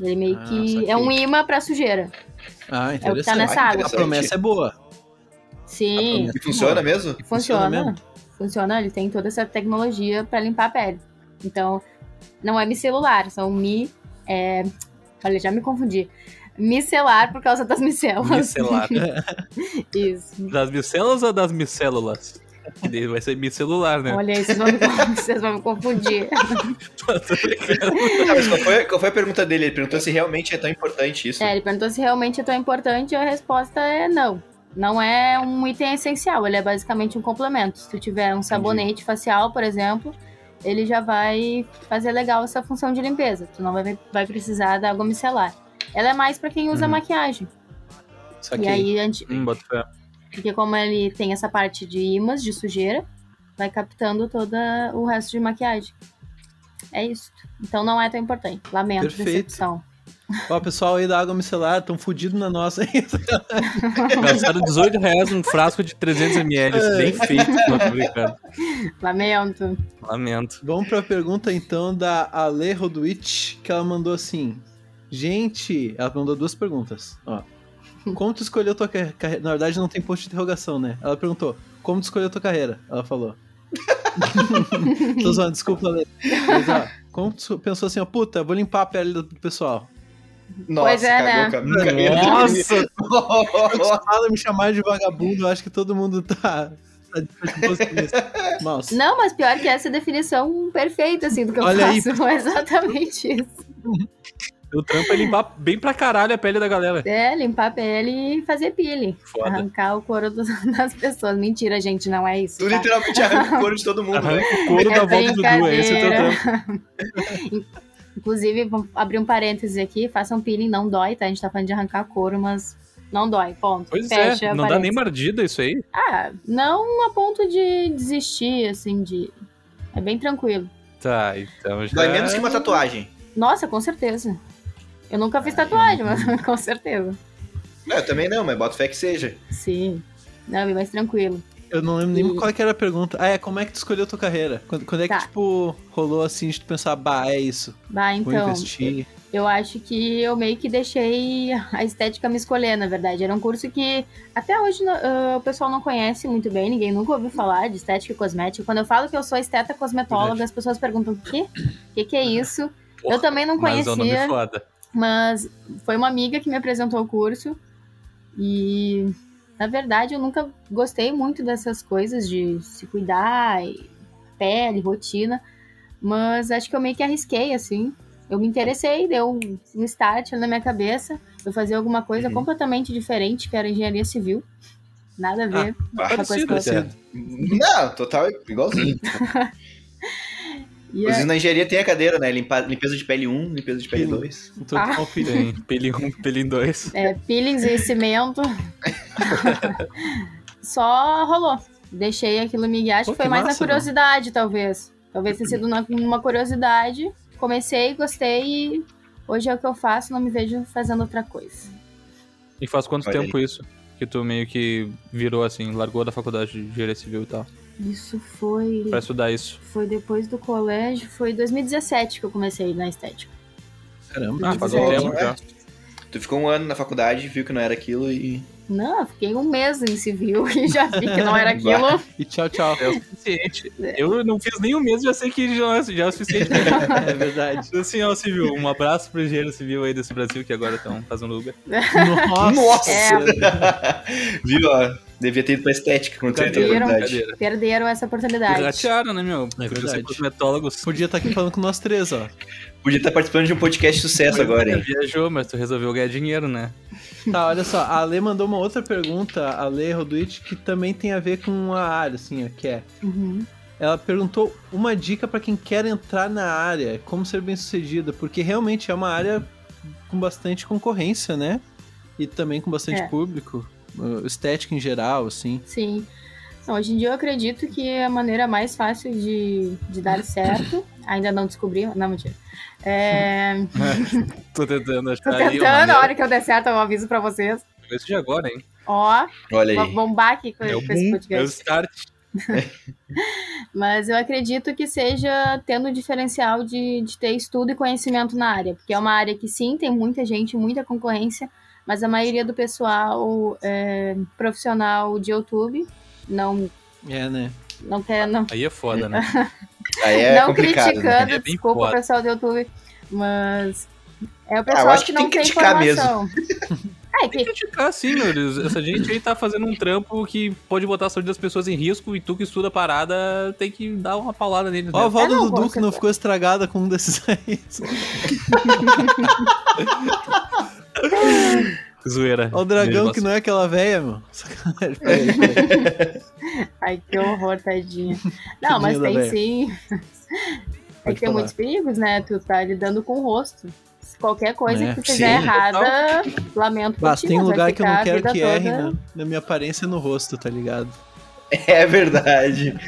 Speaker 4: Ele meio
Speaker 2: Ah,
Speaker 4: que
Speaker 2: saquei.
Speaker 4: é um imã pra sujeira.
Speaker 2: Ah,
Speaker 4: É o que tá
Speaker 2: interessante.
Speaker 4: nessa
Speaker 3: Ah,
Speaker 4: água.
Speaker 2: A promessa é boa.
Speaker 4: Sim,
Speaker 3: E funciona (laughs) mesmo?
Speaker 4: funciona.
Speaker 2: funciona mesmo?
Speaker 4: Funciona, ele tem toda essa tecnologia pra limpar a pele. Então, não é micelular, são mi. É... Olha, já me confundi. Micelar por causa das micelas.
Speaker 5: Micelar.
Speaker 4: assim? Isso.
Speaker 5: (laughs) Das micelas ou das micélulas? Que daí Vai ser micelular, né?
Speaker 4: Olha aí, vocês vão me- (laughs) vocês vão me confundir.
Speaker 3: Tá, mas qual foi, qual foi a pergunta dele? Ele perguntou se realmente é tão importante isso.
Speaker 4: É, ele perguntou se realmente é tão importante e a resposta é não. Não é um item essencial, ele é basicamente um complemento. Se tu tiver um sabonete facial, por exemplo, ele já vai fazer legal essa função de limpeza. Tu não vai, vai precisar da água micelar. Ela é mais pra quem usa
Speaker 5: Uhum.
Speaker 4: maquiagem.
Speaker 2: Só
Speaker 4: E aí, anti-
Speaker 5: (laughs) Hum, bota fé.
Speaker 4: porque como ele tem essa parte de imãs, de sujeira, vai captando todo o resto de maquiagem. É isso. Então não é tão importante. Lamento,
Speaker 2: Perfeito.
Speaker 4: decepção.
Speaker 2: Ó, o pessoal aí da água micelar, tão fudido na nossa. hein?
Speaker 5: Gastaram 18 reais num frasco de 300ml. Bem feito, não tô brincando.
Speaker 4: Lamento.
Speaker 5: Lamento.
Speaker 2: Vamos pra pergunta então da Ale Rodwitch, que ela mandou assim. Gente, ela mandou duas perguntas. Ó. Como tu escolheu tua carreira? Na verdade, não tem ponto de interrogação, né? Ela perguntou: Como tu escolheu tua carreira? Ela falou. (laughs) Tô zoando, desculpa, Ale. Mas, ó, como tu pensou assim, ó, puta, vou limpar a pele do pessoal?
Speaker 3: Nossa,
Speaker 4: Pois é, né?
Speaker 3: cagou, né?
Speaker 2: (laughs)
Speaker 5: Nossa!
Speaker 2: Fala me chamar de vagabundo, eu acho que todo mundo tá. tá disposto nisso. Nossa.
Speaker 4: Não, mas pior que essa é a definição perfeita, assim, do que eu
Speaker 2: Olha aí.
Speaker 4: faço. (laughs) É exatamente isso.
Speaker 5: O trampo é limpar bem pra caralho a pele da galera.
Speaker 4: É, limpar a pele e fazer pele.
Speaker 5: Foda.
Speaker 4: Arrancar o couro dos- (laughs) das pessoas. Mentira, gente, não é
Speaker 3: (laughs)
Speaker 4: isso.
Speaker 3: Tu
Speaker 4: tá?
Speaker 3: literalmente arranca o couro de todo mundo, né?
Speaker 5: Arranca o couro
Speaker 4: É
Speaker 5: da volta do Dudu, é esse o teu
Speaker 4: brincadeira.
Speaker 5: trampo.
Speaker 4: (laughs) Inclusive, vamos abrir um parênteses aqui. Façam peeling, não dói, tá? A gente tá falando de arrancar couro, mas não dói, ponto.
Speaker 5: Pois
Speaker 4: Fecha
Speaker 5: é,
Speaker 4: a
Speaker 5: não dá nem
Speaker 4: parênteses.
Speaker 5: mordida isso aí.
Speaker 4: Ah, não a ponto de desistir, assim, de... É bem tranquilo.
Speaker 5: Tá, então já...
Speaker 3: Dói menos que uma tatuagem.
Speaker 4: Nossa, com certeza. Eu nunca fiz tatuagem, mas (laughs) com certeza.
Speaker 3: Não, eu também não, mas bota fé que seja.
Speaker 4: Sim. Não, é bem mais tranquilo.
Speaker 2: Eu não lembro nem
Speaker 4: E-
Speaker 2: qual que era a pergunta. Ah, é, como é que tu escolheu tua carreira? Quando, quando é que,
Speaker 4: Tá.
Speaker 2: tipo, rolou assim, de tu pensar, bah, é isso,
Speaker 4: Bah,
Speaker 2: vou
Speaker 4: então,
Speaker 2: investir.
Speaker 4: eu acho que eu meio que deixei a estética me escolher, na verdade. Era um curso que até hoje não- ah, o pessoal não conhece muito bem, ninguém nunca ouviu falar de estética e cosmética. Quando eu falo que eu sou esteta cosmetóloga,
Speaker 2: Verdade.
Speaker 4: as pessoas perguntam: o quê? O que, que é isso?
Speaker 5: Porra,
Speaker 4: eu também não
Speaker 5: Mas é um nome
Speaker 4: conhecia,
Speaker 5: foda.
Speaker 4: mas foi uma amiga que me apresentou o curso. E, na verdade, eu nunca gostei muito dessas coisas de se cuidar, e pele, rotina. Mas acho que eu meio que arrisquei, assim. Eu me interessei, deu um um start na minha cabeça. Eu fazia alguma coisa
Speaker 3: Uhum.
Speaker 4: completamente diferente, que era engenharia civil. Nada a ver.
Speaker 3: Ah,
Speaker 4: com a coisa que eu-
Speaker 2: parecido.
Speaker 3: Não, total é igualzinho.
Speaker 4: E
Speaker 2: é-
Speaker 3: Inclusive na engenharia tem a cadeira, né? Limpa- limpeza de pele 1, limpeza de pele 2.
Speaker 2: Então,
Speaker 4: Ah.
Speaker 2: tá um filho.
Speaker 5: Tem um, Pelin 1, Pelin 2.
Speaker 4: É, peelings
Speaker 2: (laughs)
Speaker 4: e cimento. Só rolou. Deixei aquilo me acho
Speaker 2: Pô,
Speaker 4: que foi
Speaker 2: que
Speaker 4: mais
Speaker 2: massa, né?
Speaker 4: na curiosidade, talvez. Talvez tenha sido na- uma curiosidade. Comecei, gostei e hoje é o que eu faço, não me vejo fazendo outra coisa.
Speaker 5: E faz quanto
Speaker 3: Olha aí.
Speaker 5: tempo isso? Que tu meio que virou assim, largou da faculdade de engenharia civil e tal.
Speaker 4: Isso foi.
Speaker 5: Pra estudar isso.
Speaker 4: Foi depois do colégio, foi em 2017 que eu comecei na estética.
Speaker 2: Caramba.
Speaker 5: Ah, faz um
Speaker 4: Sério?
Speaker 5: tempo já.
Speaker 3: Tu ficou um ano na faculdade, viu que não era aquilo e.
Speaker 4: Não, eu fiquei um mês em civil (laughs) e já vi que não era aquilo.
Speaker 2: E tchau,
Speaker 4: (laughs)
Speaker 2: tchau.
Speaker 5: É o suficiente. Eu não fiz nem um mês, já sei que já, já é o suficiente.
Speaker 2: É verdade.
Speaker 5: Assim, ó, civil. Um abraço pro engenheiro civil aí desse Brasil que agora estão fazendo Uber.
Speaker 2: Nossa.
Speaker 3: Nossa!
Speaker 4: É.
Speaker 3: (laughs) viu, ó? Devia ter ido pra estética quando tu entrou na
Speaker 4: Viram.
Speaker 3: faculdade.
Speaker 4: Perderam essa oportunidade.
Speaker 5: Piratearam, né, meu?
Speaker 2: É
Speaker 5: Podiam
Speaker 2: verdade.
Speaker 5: ser cosmetólogos.
Speaker 2: Podia estar aqui falando com nós três, ó.
Speaker 3: Podia estar participando de um podcast de sucesso agora, hein?
Speaker 5: Viajou, mas tu resolveu ganhar dinheiro, né?
Speaker 2: Tá, olha só, a Ale mandou uma outra pergunta, a Ale Rodwitch, que também tem a ver com a área, assim, ó, que é.
Speaker 4: Uhum.
Speaker 2: Ela perguntou uma dica pra quem quer entrar na área, como ser bem sucedido, porque realmente é uma área com bastante concorrência, né? E também com bastante
Speaker 4: É.
Speaker 2: público, uh, estética em geral, assim.
Speaker 4: Sim. Não, hoje em dia eu acredito que é a maneira mais fácil de, de
Speaker 5: (laughs)
Speaker 4: dar certo, ainda não descobri, não, mentira.
Speaker 5: (laughs)
Speaker 4: É,
Speaker 5: Tô tentando achar
Speaker 4: tô
Speaker 5: Tá aí uma
Speaker 4: tentando, a
Speaker 5: maneira.
Speaker 4: hora que eu der certo eu aviso pra vocês.
Speaker 5: Isso de agora, hein?
Speaker 4: Ó,
Speaker 3: Olha
Speaker 4: vou
Speaker 3: aí.
Speaker 4: bombar aqui com,
Speaker 5: É o
Speaker 4: com esse
Speaker 5: boom, é o
Speaker 4: podcast.
Speaker 5: start.
Speaker 4: Mas eu acredito que seja tendo o diferencial de, de ter estudo e conhecimento na área, porque é uma área que sim, tem muita gente, muita concorrência, mas a maioria do pessoal é profissional de YouTube não,
Speaker 2: É, né?
Speaker 4: não quer, não
Speaker 5: Aí é foda, né?
Speaker 3: Aí é
Speaker 4: não
Speaker 3: complicado. né?
Speaker 4: criticando,
Speaker 5: É bem
Speaker 4: desculpa o
Speaker 5: foda.
Speaker 4: pessoal do YouTube, mas é o
Speaker 3: Ah, eu
Speaker 4: pessoal
Speaker 3: acho
Speaker 4: que,
Speaker 3: que tem
Speaker 4: não
Speaker 3: que
Speaker 4: tem
Speaker 3: criticar mesmo.
Speaker 4: informação.
Speaker 2: (laughs)
Speaker 4: Ah, é
Speaker 5: Tem que
Speaker 4: que,
Speaker 5: criticar, sim, meu Deus. Essa gente aí tá fazendo um trampo que pode botar a saúde das pessoas em risco e tu que estuda a parada tem que dar uma paulada nele.
Speaker 2: Ó, a
Speaker 5: Né?
Speaker 2: volta
Speaker 4: É, não,
Speaker 2: do
Speaker 4: com
Speaker 2: Duque não
Speaker 4: certeza.
Speaker 2: ficou estragada com um desses (laughs) aí.
Speaker 5: Zoeira.
Speaker 2: Ó, o dragão
Speaker 5: Beijo,
Speaker 2: que não é aquela véia,
Speaker 4: (laughs)
Speaker 2: meu. Sacanagem.
Speaker 4: ai, que horror, tadinha. Não, mas
Speaker 2: Tadinha da
Speaker 4: tem sim. Tem
Speaker 2: né? Pode
Speaker 4: que ter
Speaker 2: falar.
Speaker 4: muitos perigos, né? Tu tá lidando com o rosto. Qualquer coisa
Speaker 2: É,
Speaker 5: Né?
Speaker 4: que tu fizer
Speaker 2: sim.
Speaker 4: errada, lamento por
Speaker 2: Mas
Speaker 4: ti,
Speaker 2: tem um
Speaker 4: mas vai
Speaker 2: lugar que eu não
Speaker 4: ficar a
Speaker 2: quero
Speaker 4: vida
Speaker 2: que erre
Speaker 4: tá
Speaker 2: né?
Speaker 4: toda-
Speaker 2: na, na minha aparência e no rosto, tá ligado?
Speaker 3: (laughs) É verdade.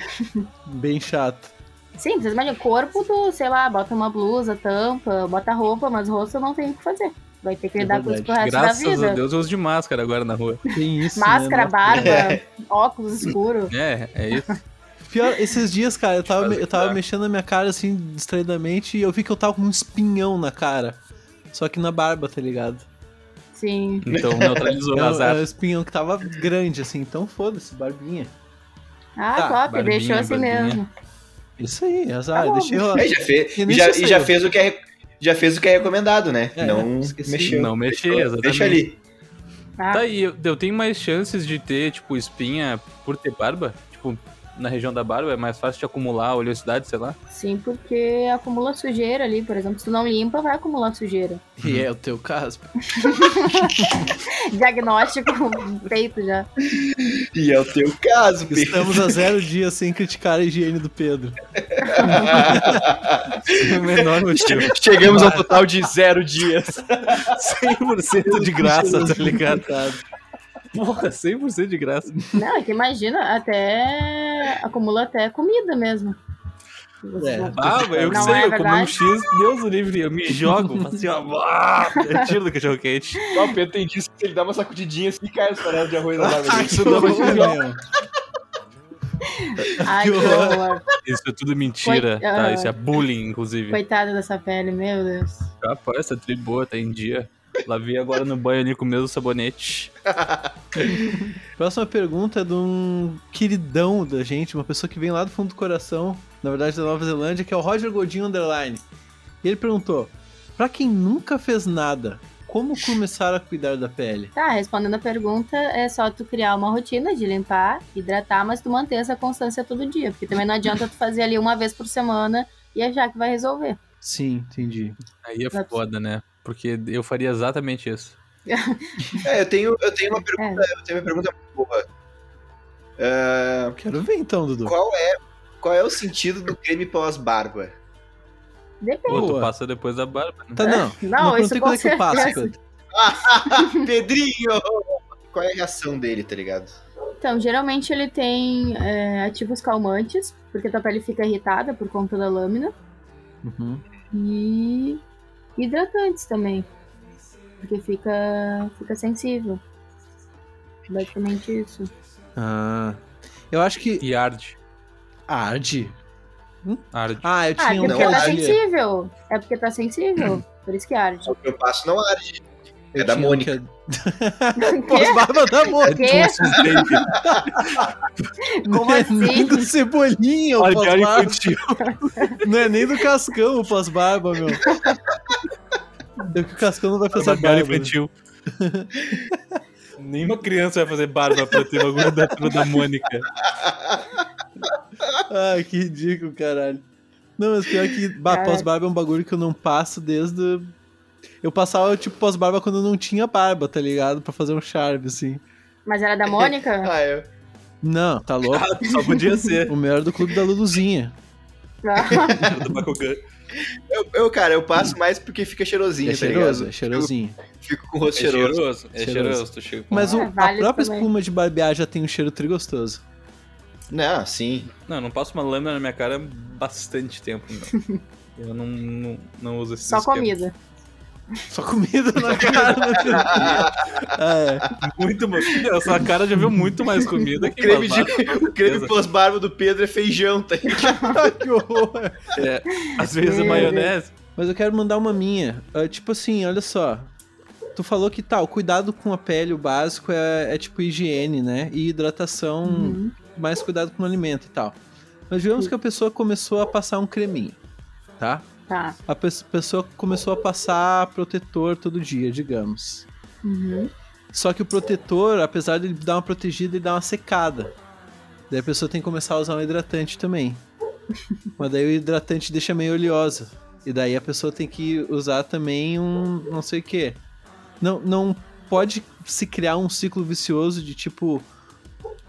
Speaker 2: Bem chato.
Speaker 4: Sim, vocês imaginam, corpo tu, sei lá, bota uma blusa, tampa, bota roupa, mas rosto não tem o que fazer. Vai ter que
Speaker 2: É
Speaker 4: lidar com isso pro resto
Speaker 5: Graças
Speaker 4: da vida.
Speaker 5: a Deus eu uso de máscara agora na (laughs) rua.
Speaker 2: Tem isso, né? É.
Speaker 4: Máscara,
Speaker 2: Nossa. (laughs)
Speaker 4: barba, óculos escuro.
Speaker 5: É, é isso.
Speaker 2: Pior, esses dias, cara, eu tava,
Speaker 5: Fazer
Speaker 2: eu tava
Speaker 5: que dá.
Speaker 2: mexendo na minha cara, assim, distraidamente, e eu vi que eu tava com um espinhão na cara. Só que na barba, tá ligado?
Speaker 4: Sim.
Speaker 5: Então neutralizou o
Speaker 2: É um, é um
Speaker 5: azar.
Speaker 2: espinhão que tava grande, assim, então foda-se, barbinha.
Speaker 4: Ah,
Speaker 2: Tá,
Speaker 4: top,
Speaker 5: barbinha,
Speaker 4: deixou assim
Speaker 5: barbinha.
Speaker 4: mesmo.
Speaker 2: Isso aí, azar,
Speaker 4: Tá bom.
Speaker 2: deixei rolar.
Speaker 3: Aí É, já fez,
Speaker 2: E nem
Speaker 3: e já,
Speaker 2: se
Speaker 3: e já
Speaker 2: saiu.
Speaker 3: fez o que é, já fez o que é recomendado, né?
Speaker 2: É,
Speaker 3: não
Speaker 2: esqueci.
Speaker 3: mexeu.
Speaker 5: Não mexer, exatamente.
Speaker 3: Deixa ali.
Speaker 4: Ah,
Speaker 5: Tá aí, eu, eu tenho mais chances de ter, tipo, espinha por ter barba? Tipo, na região da barba é mais fácil de acumular oleosidade, sei lá.
Speaker 4: Sim, porque acumula sujeira ali, por exemplo. Se tu não limpa, vai acumular sujeira. (laughs)
Speaker 2: E é o teu caso.
Speaker 4: Diagnóstico (laughs) feito já.
Speaker 3: E é o teu caso, Pedro.
Speaker 2: (laughs) Estamos a zero dias sem criticar a higiene do (laughs) Pedro.
Speaker 5: O menor motivo.
Speaker 2: (laughs)
Speaker 3: Chegamos ao total de zero dias.
Speaker 5: 100% de graça, tá ligado?
Speaker 2: Coitado.
Speaker 5: Porra, 100% de graça.
Speaker 4: Não, é que imagina, até. acumula até comida mesmo.
Speaker 2: É.
Speaker 5: Ah, eu que
Speaker 4: Não
Speaker 5: sei,
Speaker 4: é
Speaker 5: eu comi um
Speaker 4: verdade?
Speaker 5: X, Deus o livre, eu me jogo, faço assim, ó, (laughs) ah, eu tiro do cachorro quente.
Speaker 3: Não, Ah, o Pedro tem disso que ele dá uma sacudidinha assim e cai as paradas de arroz na barba dele.
Speaker 2: Isso dá pra tirar.
Speaker 4: Ai, que horror.
Speaker 5: Isso é tudo
Speaker 4: Foi-
Speaker 5: mentira, tá?
Speaker 4: ah.
Speaker 5: Isso é bullying, inclusive.
Speaker 4: Coitada dessa pele, meu Deus.
Speaker 5: Rapaz, essa tri boa, tá em dia. Lavei agora no banho ali com o mesmo sabonete.
Speaker 2: Próxima pergunta é de um queridão da gente, uma pessoa que vem lá do fundo do coração, na verdade da Nova Zelândia, que é o Roger Godinho Underline. E ele perguntou: Pra quem nunca fez nada, como começar a cuidar da pele?
Speaker 4: Tá, respondendo a pergunta, é só tu criar uma rotina de limpar, hidratar, mas tu manter essa constância todo dia. Porque também não adianta tu fazer ali uma vez por semana e achar que vai resolver.
Speaker 2: Sim, entendi.
Speaker 5: Aí é foda, né? Porque eu faria exatamente isso.
Speaker 3: É, eu tenho, eu tenho uma
Speaker 4: É,
Speaker 3: pergunta, eu tenho uma pergunta é, muito boa. Ah,
Speaker 2: Quero ver então, Dudu.
Speaker 3: qual é, qual é o sentido do creme pós-barba?
Speaker 4: Depende.
Speaker 5: Pô, tu
Speaker 2: Boa.
Speaker 5: passa depois da barba, né?
Speaker 2: Tá, não.
Speaker 4: (laughs) Não,
Speaker 2: Uma
Speaker 4: isso
Speaker 2: pergunta
Speaker 4: com
Speaker 2: quando é que passa.
Speaker 4: certeza.
Speaker 2: cara?
Speaker 3: Pedrinho! Qual é a reação dele, tá ligado?
Speaker 4: Então, geralmente ele tem é, ativos calmantes, porque tua pele fica irritada por conta da lâmina.
Speaker 2: Uhum.
Speaker 4: E hidratantes também, porque fica, fica sensível. Basicamente isso.
Speaker 2: Ah. Eu acho que.
Speaker 5: E arde.
Speaker 2: Arde.
Speaker 5: Arde.
Speaker 2: Ah, eu
Speaker 4: Ah,
Speaker 2: tinha
Speaker 4: é
Speaker 2: um
Speaker 4: porque tá
Speaker 2: que era-
Speaker 4: sensível. É porque
Speaker 2: (clears throat)
Speaker 4: tá sensível. Por isso
Speaker 2: (laughs)
Speaker 4: que arde. (laughs)
Speaker 3: O que eu passo não arde. É
Speaker 2: eu
Speaker 3: da
Speaker 2: tinha um
Speaker 3: Mônica.
Speaker 2: que era- Pós-barba
Speaker 4: É.
Speaker 2: da Mônica.
Speaker 4: Quê? Como
Speaker 2: Nem
Speaker 4: assim?
Speaker 2: do Cebolinha, o
Speaker 5: Ardiário
Speaker 2: pós-barba.
Speaker 5: infantil.
Speaker 2: (laughs) Não é nem do Cascão o pós-barba, meu. Do que o Cascão não vai fazer a
Speaker 5: Barbeário
Speaker 2: barba. né?
Speaker 5: infantil. (laughs) Nenhuma criança vai fazer barba pra ter bagulho da turma da Mônica.
Speaker 2: né? Ai, que ridículo, caralho. Não, mas pior que bah,
Speaker 4: Caraca.
Speaker 2: pós-barba é um bagulho que eu não passo desde. Eu passava, tipo, pós-barba quando eu não tinha barba, tá ligado? Pra fazer um charme, assim.
Speaker 4: Mas era da Mônica?
Speaker 2: (laughs)
Speaker 3: Ah, eu...
Speaker 2: Não, tá louco?
Speaker 5: Só Ah, então podia
Speaker 2: (laughs)
Speaker 5: ser.
Speaker 2: O melhor do clube é da Luluzinha.
Speaker 5: Do Bakugan.
Speaker 3: Eu, eu, cara, eu passo mais porque fica cheirosinho,
Speaker 2: É
Speaker 3: tá
Speaker 2: cheiroso,
Speaker 3: ligado?
Speaker 2: é cheirosinho.
Speaker 3: Fico, fico com o rosto
Speaker 5: É
Speaker 3: cheiroso.
Speaker 5: cheiroso. É
Speaker 2: Cheiroso.
Speaker 5: cheiroso. Tu chega com-
Speaker 2: Mas o-
Speaker 4: É,
Speaker 2: a
Speaker 4: vale
Speaker 2: própria
Speaker 4: também.
Speaker 2: espuma de barbear já tem um cheiro trigostoso.
Speaker 3: Não, sim.
Speaker 5: Não, eu não passo uma lâmina na minha cara há bastante tempo, meu. Eu não, não, não uso esse
Speaker 4: Só comida.
Speaker 2: Só comida na cara. né?
Speaker 5: Muito mais. Essa cara já viu muito mais comida que
Speaker 3: Creme
Speaker 5: uma
Speaker 3: de-
Speaker 5: barba, com
Speaker 3: O creme
Speaker 5: certeza.
Speaker 3: pós-barba do Pedro é feijão, tá ligado?
Speaker 2: é. que horror.
Speaker 5: Às vezes
Speaker 4: Meu
Speaker 5: maionese.
Speaker 2: Mas eu quero mandar uma minha. Ah, tipo assim, olha só. Tu falou que tal, cuidado com a pele, o básico é, é tipo higiene, né? E hidratação,
Speaker 4: Uhum.
Speaker 2: mais cuidado com o alimento e tal. Mas digamos que a pessoa começou a passar um creminho, tá?
Speaker 4: Tá.
Speaker 2: A pe- pessoa começou a passar protetor todo dia, digamos.
Speaker 4: Uhum.
Speaker 2: Só que o protetor, apesar de ele dar uma protegida, ele dá uma secada. Daí a pessoa tem que começar a usar um hidratante também. Mas daí o hidratante deixa meio oleosa. E daí a pessoa tem que usar também um não sei o quê. Não, não pode se criar um ciclo vicioso de tipo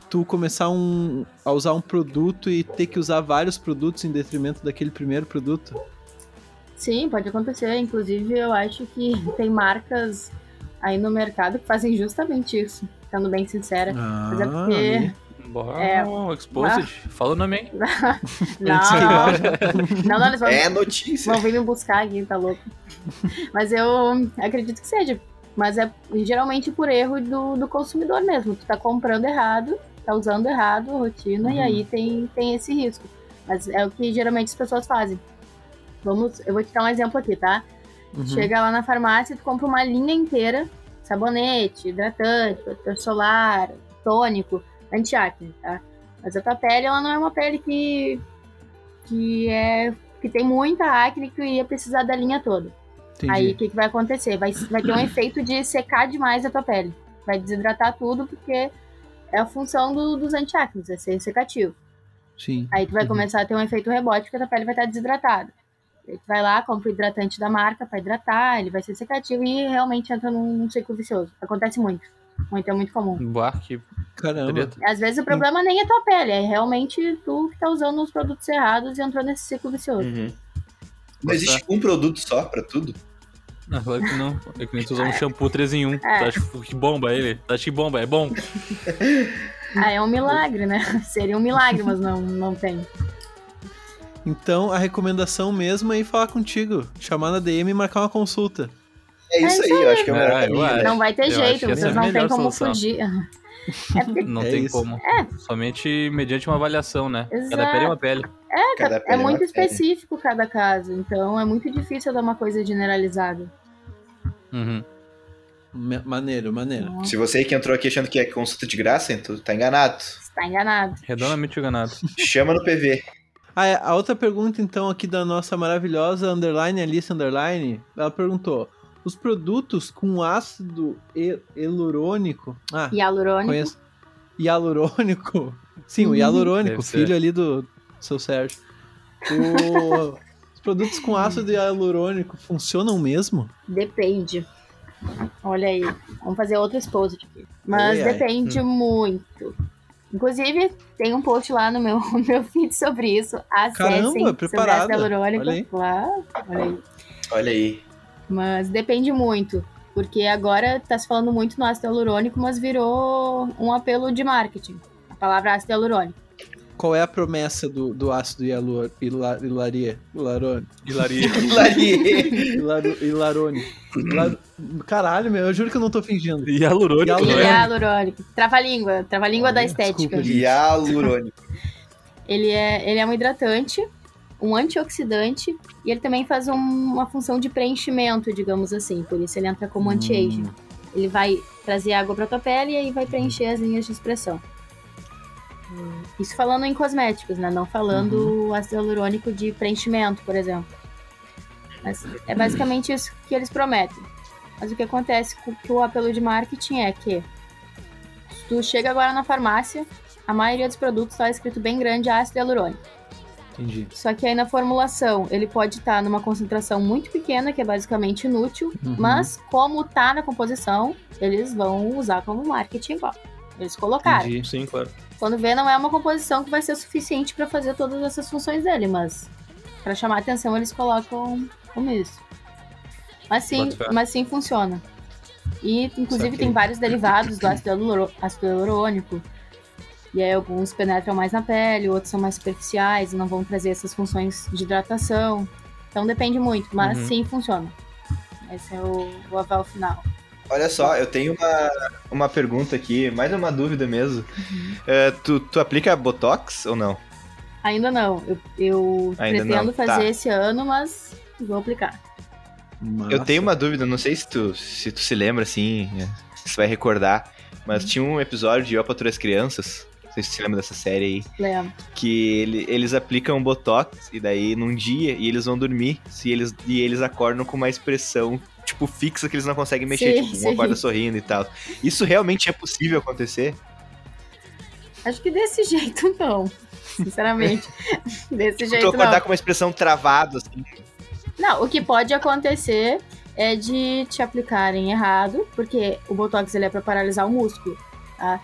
Speaker 2: tu começar um, a usar um produto e ter que usar vários produtos em detrimento daquele primeiro produto.
Speaker 4: Sim, pode acontecer. Inclusive, eu acho que tem marcas aí no mercado que fazem justamente isso. Sendo bem sincera. Mas é
Speaker 2: Ah,
Speaker 4: porque. É.
Speaker 5: Bom, Exposed. Fala o nome, hein?
Speaker 4: Não, (laughs) não. Não, não, eles vão,
Speaker 3: É notícia.
Speaker 4: vão vir me buscar aqui, tá louco. Mas eu acredito que seja. Mas é geralmente por erro do, do consumidor mesmo. Tu tá comprando errado, tá usando errado a rotina, e
Speaker 2: Uhum.
Speaker 4: aí tem, tem esse risco. Mas é o que geralmente as pessoas fazem. Vamos, eu vou te dar um exemplo aqui, tá?
Speaker 2: uhum.
Speaker 4: Chega lá na farmácia, tu compra uma linha inteira: sabonete, hidratante, protetor solar, tônico, antiacne, tá? Mas a tua pele, ela não é uma pele que que é que tem muita acne que tu ia precisar da linha toda.
Speaker 2: Entendi.
Speaker 4: Aí o que, que vai acontecer? Vai, vai ter um efeito de secar demais a tua pele. Vai desidratar tudo porque é a função do- dos antiacnes, é ser secativo.
Speaker 2: Sim.
Speaker 4: Aí tu vai
Speaker 2: Uhum.
Speaker 4: começar a ter um efeito rebote, porque a tua pele vai estar desidratada. Aí tu vai lá, compra o hidratante da marca pra hidratar, ele vai ser secativo e realmente entra num, num ciclo vicioso. Acontece muito. Muito, é muito comum.
Speaker 5: Bar que
Speaker 2: Caramba.
Speaker 5: treta.
Speaker 4: Às vezes o problema nem é tua pele, é realmente tu que tá usando os produtos errados e entrou nesse ciclo vicioso.
Speaker 3: Uhum. Não existe um produto só pra tudo?
Speaker 5: Não, claro que não. É que nem tu usar um shampoo 3 em 1. Tu
Speaker 4: É.
Speaker 5: acha que bomba ele? Tu acha que bomba? É bom?
Speaker 4: Ah, é um milagre, né? (laughs) Seria um milagre, mas não, não tem.
Speaker 2: Então, a recomendação mesmo é ir falar contigo, chamar na DM e marcar uma consulta.
Speaker 3: É isso aí, eu acho que é o melhor
Speaker 5: Ah, eu
Speaker 3: caminho, né?
Speaker 5: acho.
Speaker 4: Não vai ter
Speaker 5: Eu acho
Speaker 4: jeito,
Speaker 5: que essa
Speaker 4: vocês
Speaker 5: é a
Speaker 4: não têm
Speaker 5: melhor
Speaker 4: como
Speaker 5: solução.
Speaker 4: fugir. (laughs)
Speaker 5: Não
Speaker 2: É
Speaker 5: tem
Speaker 2: isso.
Speaker 5: como. Somente mediante uma avaliação, né? Cada
Speaker 4: Exato.
Speaker 5: pele é uma pele.
Speaker 4: É,
Speaker 3: Cada
Speaker 4: é
Speaker 3: pele é
Speaker 4: muito
Speaker 3: uma pele.
Speaker 4: específico cada caso, então é muito difícil dar uma coisa generalizada.
Speaker 5: Uhum.
Speaker 2: Ma- Maneiro, maneiro.
Speaker 4: Então,
Speaker 3: Se você que entrou aqui achando que é consulta de graça, então tá enganado.
Speaker 4: você tá enganado.
Speaker 5: Redondamente enganado.
Speaker 3: Chama no PV.
Speaker 2: Ah, é, a outra pergunta, então, aqui da nossa maravilhosa underline, Alice Underline, ela perguntou: os produtos com ácido he- hialurônico. Ah,
Speaker 4: Hialurônico.
Speaker 2: conheço. Hialurônico? Sim, o
Speaker 4: Uhum.
Speaker 2: hialurônico,
Speaker 5: Deve
Speaker 2: filho
Speaker 4: (laughs)
Speaker 5: ser.
Speaker 2: ali do seu Sérgio. O- produtos com ácido hialurônico funcionam mesmo?
Speaker 4: Depende. Olha aí, vamos fazer outros posts aqui.
Speaker 2: Ai,
Speaker 4: Mas
Speaker 2: hum. ai.
Speaker 4: depende muito. Inclusive, tem um post lá no meu, (laughs) no meu feed sobre isso.
Speaker 2: Caramba,
Speaker 4: Acessem sobre
Speaker 2: preparada.
Speaker 4: ácido hialurônico.
Speaker 2: Olha aí.
Speaker 4: Claro, olha aí.
Speaker 3: Olha aí.
Speaker 4: Mas depende muito. Porque agora tá se falando muito no ácido hialurônico, mas virou um apelo de marketing. A palavra ácido hialurônico.
Speaker 2: Qual é a promessa do, do ácido hialur- hila- hilaria? Hilarone.
Speaker 5: (laughs) Hilaria.
Speaker 3: (laughs) Hilarie.
Speaker 2: Hilaru- Hilarone. Hilar- Caralho, meu, eu juro que eu não tô fingindo.
Speaker 5: Hialurônico,
Speaker 2: Hialurônico.
Speaker 5: né?
Speaker 4: Hialurônico. Trava-língua. Trava-língua da
Speaker 2: Olha,
Speaker 4: estética.
Speaker 2: desculpa, gente.
Speaker 3: Hialurônico.
Speaker 4: Ele é, ele é um hidratante, um antioxidante e ele também faz um- uma função de preenchimento, digamos assim. Por isso ele entra como anti-aging. Ele vai trazer água para tua pele e aí vai preencher as linhas de expressão. Hum, Isso falando em cosméticos, né? Não falando ácido hialurônico de preenchimento, por exemplo. Mas é basicamente isso que eles prometem. Mas o que acontece com com o apelo de marketing é que se tu chega agora na farmácia, a maioria dos produtos está escrito bem grande ácido hialurônico.
Speaker 2: Entendi.
Speaker 4: Só que aí na formulação, ele pode estar numa concentração muito pequena, que é basicamente inútil,
Speaker 2: Uhum.
Speaker 4: mas como tá na composição, eles vão usar como marketing igual. Eles colocaram.
Speaker 2: Uhum. Entendi.
Speaker 5: Sim, claro.
Speaker 4: Quando vê, não é uma composição que vai ser suficiente para fazer todas essas funções dele, mas para chamar atenção, eles colocam como isso. Mas sim,
Speaker 5: Boto fé.
Speaker 4: mas sim funciona. E, inclusive,
Speaker 2: Saquei.
Speaker 4: tem vários derivados do ácido hialuro- ácido hialurônico. E aí, alguns penetram mais na pele, outros são mais superficiais e não vão trazer essas funções de hidratação. Então, depende muito, mas
Speaker 5: Uhum.
Speaker 4: sim funciona. Esse é o, o aval final.
Speaker 3: Olha só, eu tenho uma, uma pergunta aqui, mais uma dúvida mesmo.
Speaker 4: Uhum.
Speaker 3: É, tu, tu aplica Botox ou não?
Speaker 4: Ainda não. Eu, eu
Speaker 3: Ainda
Speaker 4: pretendo
Speaker 3: não, tá.
Speaker 4: fazer esse ano, mas vou aplicar.
Speaker 3: Eu tenho uma dúvida, não sei se tu se, tu se lembra assim, né, se vai recordar,
Speaker 4: Uhum.
Speaker 3: mas tinha um episódio de Eu para Três Crianças, não sei se tu se lembra dessa série aí,
Speaker 4: Lembro.
Speaker 3: que ele- eles aplicam Botox e daí num dia e eles vão dormir se eles, e eles acordam com uma expressão tipo fixa que eles não conseguem mexer,
Speaker 4: Sim,
Speaker 3: tipo,
Speaker 4: sim.
Speaker 3: um acorda sorrindo e tal. Isso realmente é possível acontecer?
Speaker 4: Acho que desse (laughs) jeito não. Sinceramente.
Speaker 3: Tipo,
Speaker 4: desse
Speaker 3: tu
Speaker 4: jeito
Speaker 3: acordar
Speaker 4: não.
Speaker 3: com uma expressão travada, (laughs) assim,
Speaker 4: Não, o que pode acontecer é de te aplicarem errado, porque o botox ele é para paralisar o músculo, tá?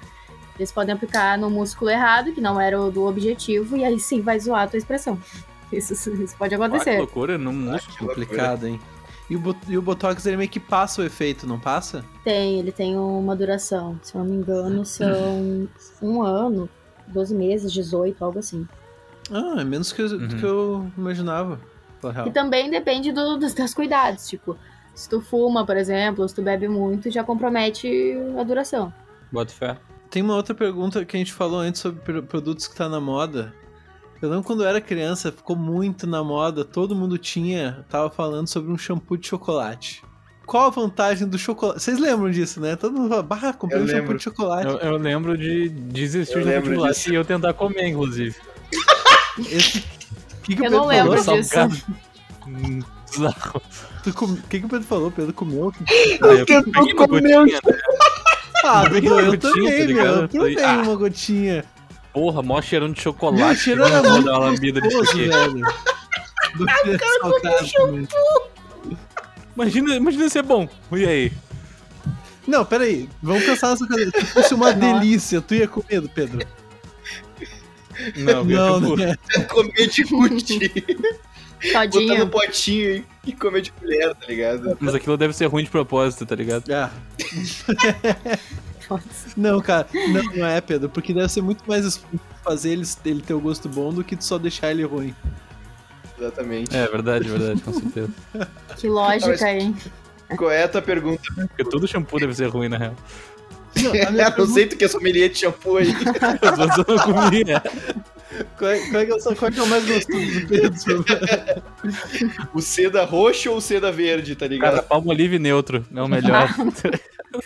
Speaker 4: Eles podem aplicar no músculo errado, que não era o do objetivo, e aí sim vai zoar a tua expressão. (laughs) Isso, isso pode
Speaker 5: Ah, que
Speaker 4: acontecer.
Speaker 5: loucura, no músculo.
Speaker 2: Complicado, hein? E o, bo- e o Botox, ele meio que passa o efeito, não passa?
Speaker 4: Tem, ele tem uma duração, se eu não me engano, são um ano, 12 meses, 18, algo assim.
Speaker 2: Ah, é menos que, eu- do
Speaker 5: Uhum.
Speaker 2: que eu imaginava. na real.
Speaker 4: E também depende do- dos teus cuidados, tipo, se tu fuma, por exemplo, ou se tu bebe muito, já compromete a duração.
Speaker 5: Bota fé.
Speaker 2: Tem uma outra pergunta que a gente falou antes sobre pro- produtos que tá na moda. Eu lembro quando eu era criança, ficou muito na moda, todo mundo tinha, tava falando sobre um shampoo de chocolate. Qual a vantagem do chocolate? Vocês lembram disso, né? Todo mundo fala, bah, comprei
Speaker 3: Eu
Speaker 2: um shampoo
Speaker 3: lembro.
Speaker 2: de chocolate.
Speaker 5: Eu, eu lembro de desistir
Speaker 3: Eu
Speaker 5: de
Speaker 3: lembro
Speaker 5: chocolate
Speaker 3: disso.
Speaker 5: e eu tentar comer, inclusive.
Speaker 2: Esse- que que
Speaker 4: Eu
Speaker 2: o Pedro
Speaker 4: não lembro
Speaker 2: falou?
Speaker 4: disso.
Speaker 5: salgado. Hum, bizarro.
Speaker 2: Tu com- O que, que o Pedro falou? O Pedro
Speaker 5: (laughs)
Speaker 2: comeu?
Speaker 5: Ah, eu peguei uma gotinha, né?
Speaker 2: Ah, Dudu,
Speaker 5: Uma
Speaker 2: eu
Speaker 5: gotinha, tá
Speaker 2: também, meu.
Speaker 5: ligado?
Speaker 2: Eu
Speaker 5: Falei,
Speaker 2: provei
Speaker 5: ah.
Speaker 2: uma gotinha.
Speaker 5: Porra, mó cheirão de
Speaker 2: Meu, o
Speaker 5: chocolate.
Speaker 2: cheiro era
Speaker 5: Vou
Speaker 2: muito
Speaker 5: dar uma lambida disso
Speaker 2: Gostoso, né?
Speaker 5: aqui.
Speaker 2: velho. Do
Speaker 4: Ah,
Speaker 2: que salgado, né?
Speaker 5: Imagina, imagina ser bom. E aí?
Speaker 2: Não, peraí. Vamos pensar nessa coisa. Se fosse uma
Speaker 4: Nossa.
Speaker 2: delícia, tu ia com medo, Pedro?
Speaker 5: Não,
Speaker 2: Não,
Speaker 5: eu,
Speaker 2: né?
Speaker 3: É comer de
Speaker 4: (laughs)
Speaker 3: cuti, botar no
Speaker 4: Todinho.
Speaker 3: potinho e comer de colher, tá ligado?
Speaker 5: Mas aquilo deve ser ruim de propósito, tá ligado?
Speaker 2: Ah, não, cara. Não, não é, Pedro. Porque deve ser muito mais esforço fazer ele, ele ter o gosto bom do que tu só deixar ele ruim.
Speaker 3: Exatamente.
Speaker 5: É verdade, verdade, com certeza.
Speaker 4: Que lógica, hein?
Speaker 3: Qual é a tua pergunta?
Speaker 5: Porque todo shampoo deve ser ruim, na real.
Speaker 2: Não, a minha
Speaker 3: (laughs) Eu não sei tu que é sommelier de shampoo aí.
Speaker 5: As pessoas não comiam.
Speaker 2: pergunta- Qual é, qual é que eu sou- qual é que é o mais gostoso do Pedro? (laughs)
Speaker 3: O seda roxo ou o seda verde, tá
Speaker 5: Cara,
Speaker 3: ligado?
Speaker 5: palmo olive neutro. É o melhor.
Speaker 4: Ah,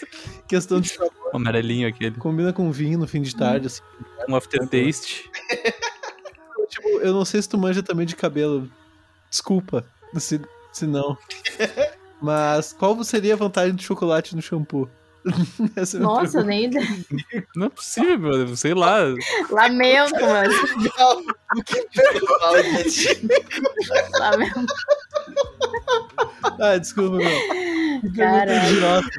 Speaker 2: Questão de sabor.
Speaker 5: o amarelinho aquele.
Speaker 2: Combina com vinho no fim de tarde, assim.
Speaker 5: Um aftertaste.
Speaker 2: Tipo, eu não sei se tu manja também de cabelo. Desculpa, se, se não. Mas qual seria a vantagem do chocolate no shampoo? (laughs) Essa é a minha
Speaker 4: Nossa, eu nem. (laughs)
Speaker 5: Não é possível, brother. Sei lá.
Speaker 4: Lamento, mano.
Speaker 3: (laughs) Fala, gente.
Speaker 2: (laughs)
Speaker 4: Lamento.
Speaker 2: pergunta. Ah, desculpa, meu. Que pergunta
Speaker 4: Caralho.
Speaker 2: idiota.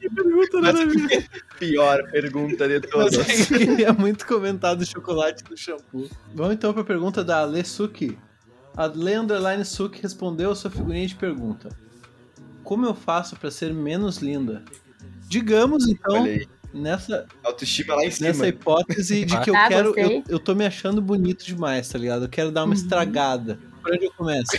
Speaker 5: que pergunta
Speaker 3: Mas
Speaker 5: nada a ver.
Speaker 3: é pior pergunta de
Speaker 2: Mas
Speaker 3: todas.
Speaker 2: eu (laughs) queria É muito comentar do chocolate no shampoo. Vamos então pra pergunta da Ale Suki. A Ale Underline Suki respondeu a sua figurinha de pergunta. Como eu faço pra ser menos linda? Digamos, então,
Speaker 3: Olha aí,
Speaker 2: nessa,
Speaker 3: autoestima lá em cima.
Speaker 2: nessa hipótese de que eu
Speaker 4: Ah,
Speaker 2: quero.
Speaker 4: gostei. Uhum.
Speaker 2: Eu, eu tô me achando bonito demais, tá ligado? Eu quero dar uma estragada. Por onde eu começo?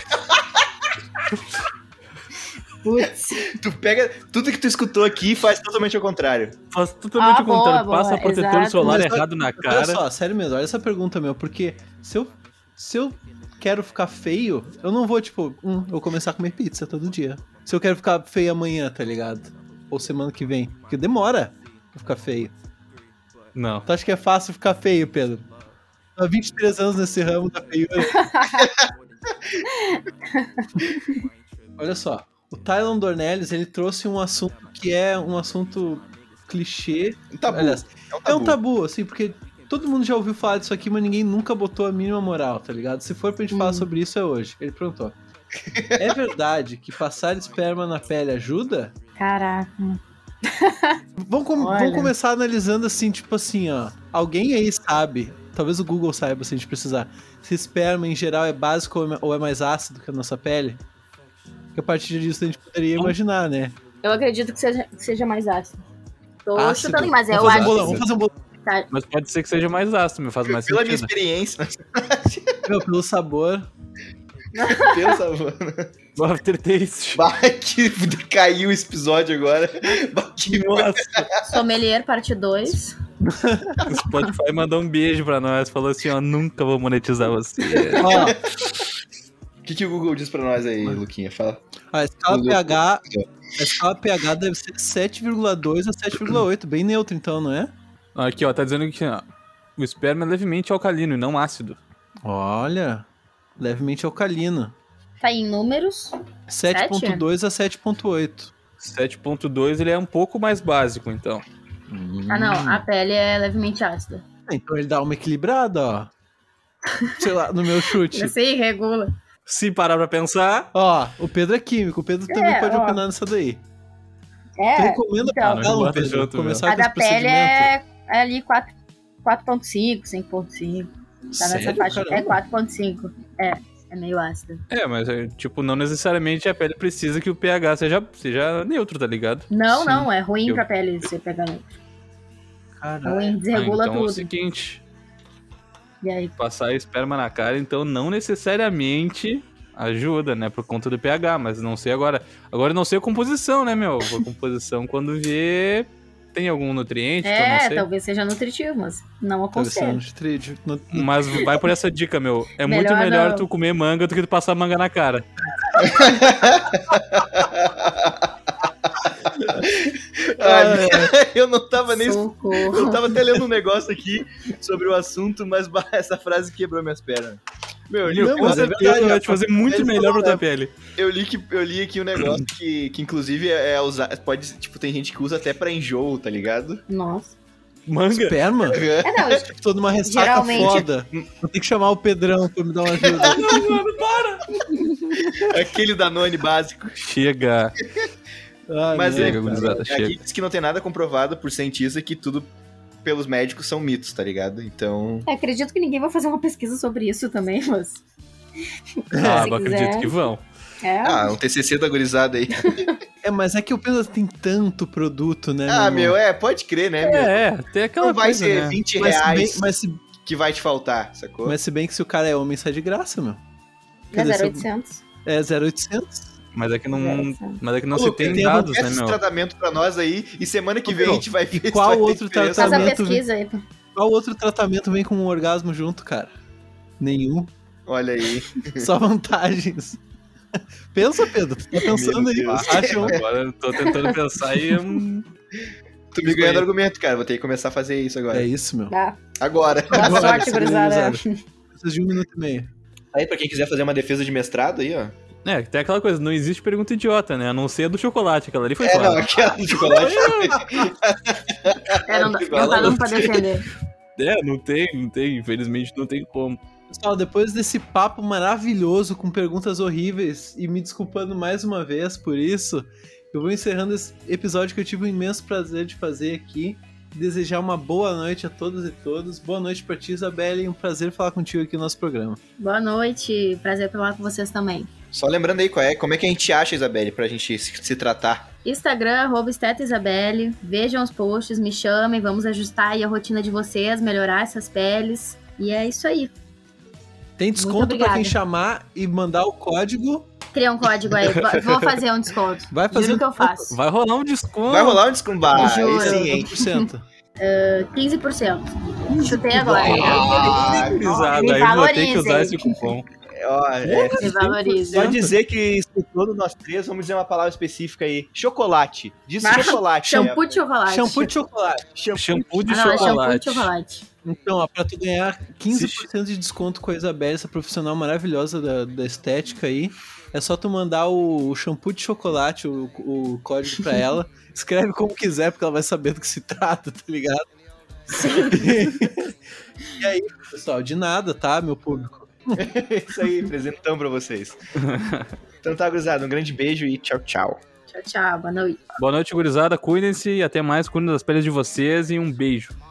Speaker 4: Putz.
Speaker 3: (laughs) Tu pega tudo que tu escutou aqui e faz totalmente ao contrário.
Speaker 5: Faz totalmente
Speaker 4: Ah,
Speaker 5: o contrário.
Speaker 4: boa,
Speaker 5: Passa
Speaker 4: boa,
Speaker 5: protetor
Speaker 4: exato.
Speaker 5: solar
Speaker 2: Mas olha-
Speaker 5: errado na
Speaker 2: Olha
Speaker 5: cara.
Speaker 2: só, sério mesmo, olha essa pergunta, meu, porque se eu, se eu quero ficar feio, eu não vou, tipo, hum, eu vou começar a comer pizza todo dia. Se eu quero ficar feio amanhã, tá ligado? Ou semana que vem. Porque demora pra ficar feio.
Speaker 5: Não.
Speaker 2: Tu acha que é fácil ficar feio, Pedro? Tô há 23 anos nesse ramo da feiura. olha só, o Tylon Dornelles, ele trouxe um assunto que é um assunto clichê.
Speaker 3: Um tabu.
Speaker 2: Aliás,
Speaker 3: é um
Speaker 2: é um
Speaker 3: tabu.
Speaker 2: tabu, assim, porque todo mundo já ouviu falar disso aqui, mas ninguém nunca botou a mínima moral, tá ligado? Se for pra gente falar
Speaker 4: Hum.
Speaker 2: sobre isso, é hoje. Ele perguntou. É verdade que passar esperma na pele ajuda?
Speaker 4: Caraca.
Speaker 2: Vamos, com-
Speaker 4: Olha.
Speaker 2: vamos começar analisando assim, tipo assim, ó. Alguém aí sabe, talvez o Google saiba se a gente precisar, se esperma em geral é básico ou é- ou é mais ácido que a nossa pele? Que a partir disso a gente poderia imaginar, né?
Speaker 4: Eu acredito que seja, que seja mais ácido. Tô
Speaker 2: Ácido.
Speaker 4: chutando, mas é eu
Speaker 2: vamos fazer um
Speaker 4: acho.
Speaker 2: bolão, vamos fazer um bolão.
Speaker 5: Mas pode ser que seja mais ácido, me faz mais
Speaker 3: Pela minha (laughs)
Speaker 5: sentido.
Speaker 3: experiência,
Speaker 2: Meu, pelo sabor.
Speaker 3: pelo sabor.
Speaker 5: After taste.
Speaker 3: Bah, que caiu esse episódio agora. Bah, que
Speaker 5: Nossa,
Speaker 4: Sommelier, parte 2.
Speaker 5: o Spotify mandou um beijo pra nós. Falou assim, ó, nunca vou monetizar você.
Speaker 2: Ó,
Speaker 3: O que, que o Google diz pra nós aí, Luquinha? Fala.
Speaker 2: A escala
Speaker 3: Tudo.
Speaker 2: pH, a escala pH deve ser 7,2 a 7,8, bem neutro então, não é?
Speaker 5: Aqui, ó, tá dizendo que ó, o esperma é levemente alcalino e não ácido.
Speaker 2: Olha, levemente alcalino.
Speaker 4: Tá em números.
Speaker 2: 7,2 a 7,8.
Speaker 5: 7.2 ele é um pouco mais básico, então.
Speaker 4: Ah,
Speaker 2: Hum.
Speaker 4: não. A pele é levemente ácida.
Speaker 2: Então ele dá uma equilibrada, ó. Sei lá, no meu chute.
Speaker 4: Eu sei, regula.
Speaker 5: Se parar pra pensar,
Speaker 2: Ó, o Pedro é químico, o Pedro também
Speaker 4: É,
Speaker 2: pode
Speaker 4: ó.
Speaker 2: opinar nessa daí. tu
Speaker 4: É.
Speaker 2: recomenda
Speaker 4: então.
Speaker 2: pra
Speaker 5: Não,
Speaker 2: ela,
Speaker 5: um bota
Speaker 2: Pedro,
Speaker 5: junto, meu.
Speaker 2: começar
Speaker 4: A
Speaker 2: com
Speaker 4: da
Speaker 2: esse
Speaker 4: pele
Speaker 2: procedimento?
Speaker 4: é, é ali 4 4.5, 5.5. Tá nessa
Speaker 2: Sério,
Speaker 4: faixa. É
Speaker 2: caramba?
Speaker 4: 4.5. É, é meio ácida.
Speaker 5: é, mas é, tipo, não necessariamente a pele precisa que o pH seja, seja neutro, tá ligado?
Speaker 4: Não,
Speaker 2: Sim.
Speaker 4: não. É ruim
Speaker 5: Eu-
Speaker 4: pra pele você pegar. É
Speaker 2: Caralho.
Speaker 4: ruim, desregula
Speaker 5: Ah, então é o
Speaker 4: tudo.
Speaker 5: seguinte,
Speaker 4: E aí?
Speaker 5: passar esperma na cara, então não necessariamente ajuda, né, por conta do pH, mas não sei agora. Agora eu não sei a composição, né, meu? A composição (laughs) quando vê tem algum nutriente, que eu não
Speaker 4: É,
Speaker 5: sei.
Speaker 4: talvez seja nutritivo, mas não
Speaker 2: Deve ser um
Speaker 4: aconselho.
Speaker 2: nutritivo. No-
Speaker 5: Mas vai por essa dica, meu. É muito
Speaker 4: Melhor
Speaker 5: melhor
Speaker 4: não.
Speaker 5: tu comer manga do que tu passar manga na cara.
Speaker 3: Ai, Ah, né?
Speaker 2: Ah,
Speaker 3: eu não tava nem.
Speaker 4: Socorro.
Speaker 3: Eu tava até lendo um negócio aqui sobre o assunto, mas bah, (laughs) essa frase quebrou minhas pernas. Meu, eu li,
Speaker 2: Não,
Speaker 3: eu
Speaker 5: Com
Speaker 2: mas é
Speaker 3: li-
Speaker 5: certeza
Speaker 2: verdade,
Speaker 5: vai te fazer muito
Speaker 3: Ele
Speaker 5: melhor pra
Speaker 3: falou,
Speaker 5: tua
Speaker 3: né?
Speaker 5: pele.
Speaker 3: eu li que eu li aqui um (clears throat) negócio que, que inclusive é, é usar, pode, tipo, tem gente que usa até pra enjoo, tá (laughs) ligado?
Speaker 4: Nossa.
Speaker 5: Manga?
Speaker 2: Esperma?
Speaker 4: É, não, isso-
Speaker 2: Tô numa ressaca
Speaker 4: Geralmente-
Speaker 2: foda. Vou ter que chamar o Pedrão pra me dar uma
Speaker 3: (laughs)
Speaker 2: ajuda.
Speaker 3: Aquele Danone básico.
Speaker 5: Chega.
Speaker 2: Ai,
Speaker 3: Mas
Speaker 2: meu
Speaker 3: é,
Speaker 5: Chega,
Speaker 2: Deus.
Speaker 5: gurizada,
Speaker 3: aqui
Speaker 5: chega.
Speaker 3: diz que não tem nada comprovado por cientista que tudo pelos médicos são mitos, tá ligado? Então,
Speaker 4: é, (laughs) acredito que ninguém vai fazer uma pesquisa sobre isso também, mas.
Speaker 5: Ah,
Speaker 4: Se
Speaker 5: eu acredito
Speaker 4: quiser.
Speaker 5: que vão.
Speaker 4: É.
Speaker 3: ah, um TCC da gurizada aí.
Speaker 2: É, mas é que eu penso que tem tanto produto, né?
Speaker 3: Ah,
Speaker 2: irmão?
Speaker 3: meu, é, pode crer, né, meu?
Speaker 5: É, é, tem aquela
Speaker 3: Não vai
Speaker 5: coisa,
Speaker 3: ser
Speaker 5: né?
Speaker 3: 20
Speaker 2: Mas se,
Speaker 3: reais
Speaker 2: bem, mas, se,
Speaker 3: que vai te faltar, sacou?
Speaker 2: mas se bem que se o cara é homem, sai de graça, meu.
Speaker 4: É
Speaker 2: Quer dizer, se-
Speaker 4: 0800.
Speaker 2: É 0800.
Speaker 5: Mas é que não,
Speaker 4: 0800.
Speaker 5: mas é que não
Speaker 3: Ô,
Speaker 5: se
Speaker 3: Luca,
Speaker 5: tem
Speaker 2: algum
Speaker 5: dados, né,
Speaker 3: Peça esse
Speaker 5: meu?
Speaker 3: tratamento pra nós aí e semana que
Speaker 2: Ô,
Speaker 3: vem a
Speaker 2: meu,
Speaker 3: gente vai ver se
Speaker 2: qual
Speaker 3: vai ter
Speaker 2: outro
Speaker 3: diferença.
Speaker 4: Faz a
Speaker 2: tratamento-
Speaker 4: pesquisa aí.
Speaker 2: Qual outro tratamento vem com um orgasmo junto, cara?
Speaker 3: (laughs)
Speaker 2: Nenhum.
Speaker 3: Olha aí.
Speaker 2: Só vantagens. (laughs) Pensa, Pedro. tu Tá pensando
Speaker 3: Meu
Speaker 2: aí.
Speaker 3: Deus.
Speaker 2: Acha um...
Speaker 5: Agora eu tô tentando pensar e hum,
Speaker 3: Tu me ganhando argumento, cara. Vou ter que começar a fazer isso agora.
Speaker 2: É isso, meu.
Speaker 4: Tá.
Speaker 3: Agora.
Speaker 4: Boa
Speaker 2: Agora,
Speaker 4: sorte,
Speaker 2: sim,
Speaker 4: gurizada.
Speaker 2: gurizada. Preciso de um minuto e meio.
Speaker 3: Aí, pra quem quiser fazer uma defesa de mestrado aí, ó.
Speaker 5: É, tem aquela coisa, não existe pergunta idiota, né? A não ser a do chocolate, aquela ali foi
Speaker 3: É,
Speaker 5: foda.
Speaker 3: não, aquela do chocolate.
Speaker 4: É, não, dá- não dá não pra defender.
Speaker 5: É, não tem, não tem, infelizmente não tem como.
Speaker 2: Pessoal, depois desse papo maravilhoso com perguntas horríveis e me desculpando mais uma vez por isso, eu vou encerrando esse episódio que eu tive o imenso prazer de fazer aqui. Desejar uma boa noite a todas e todos. Boa noite pra ti, Isabelle. Um prazer falar contigo aqui no nosso programa.
Speaker 4: Boa noite, prazer falar com vocês também.
Speaker 3: Só lembrando aí qual é, como é que a gente acha, Isabelle, pra gente se, se tratar.
Speaker 4: Instagram, arroba Esteta Isabelle. Vejam os posts, me chamem, vamos ajustar aí a rotina de vocês, melhorar essas peles. E é isso aí.
Speaker 2: Tem desconto pra
Speaker 4: obrigada.
Speaker 2: quem chamar e mandar o código.
Speaker 4: Cria um código aí, va- vou fazer um desconto.
Speaker 2: Vai
Speaker 5: Tá
Speaker 2: fazer
Speaker 4: Juro que eu faço.
Speaker 5: Vai rolar um desconto.
Speaker 3: Vai rolar um descombar, aí
Speaker 4: Juro.
Speaker 3: sim, hein?
Speaker 2: 1%.
Speaker 4: 15%. Chutei agora.
Speaker 3: Ah,
Speaker 5: Gurizada, aí vou ter que usar esse (laughs) cupom.
Speaker 3: ó, é,
Speaker 4: Me valoriza.
Speaker 3: só dizer que escutou do nós três, vamos dizer uma palavra específica aí. Chocolate. Diz
Speaker 4: Mas-
Speaker 3: chocolate.
Speaker 4: Ah,
Speaker 3: né? (laughs)
Speaker 4: Shampoo de chocolate.
Speaker 2: Shampoo de chocolate.
Speaker 3: Shampoo.
Speaker 5: Shampoo de
Speaker 4: Ah, não, é shampoo de
Speaker 5: chocolate.
Speaker 4: chocolate.
Speaker 2: Então, ó, pra tu ganhar 15% de desconto com a Isabelle, essa profissional maravilhosa da, da estética aí, é só tu mandar o, o shampoo de chocolate, o, o código pra ela. Escreve como quiser, porque ela vai saber do que se trata, tá ligado? (laughs) e aí, pessoal, de nada, tá, meu público?
Speaker 3: É Isso aí, presentão pra vocês. Então tá, gurizada, um grande beijo e tchau, tchau.
Speaker 4: Tchau, tchau. Boa noite.
Speaker 5: Boa noite, gurizada. Cuidem-se e até mais. Cuidem das peles de vocês e um beijo.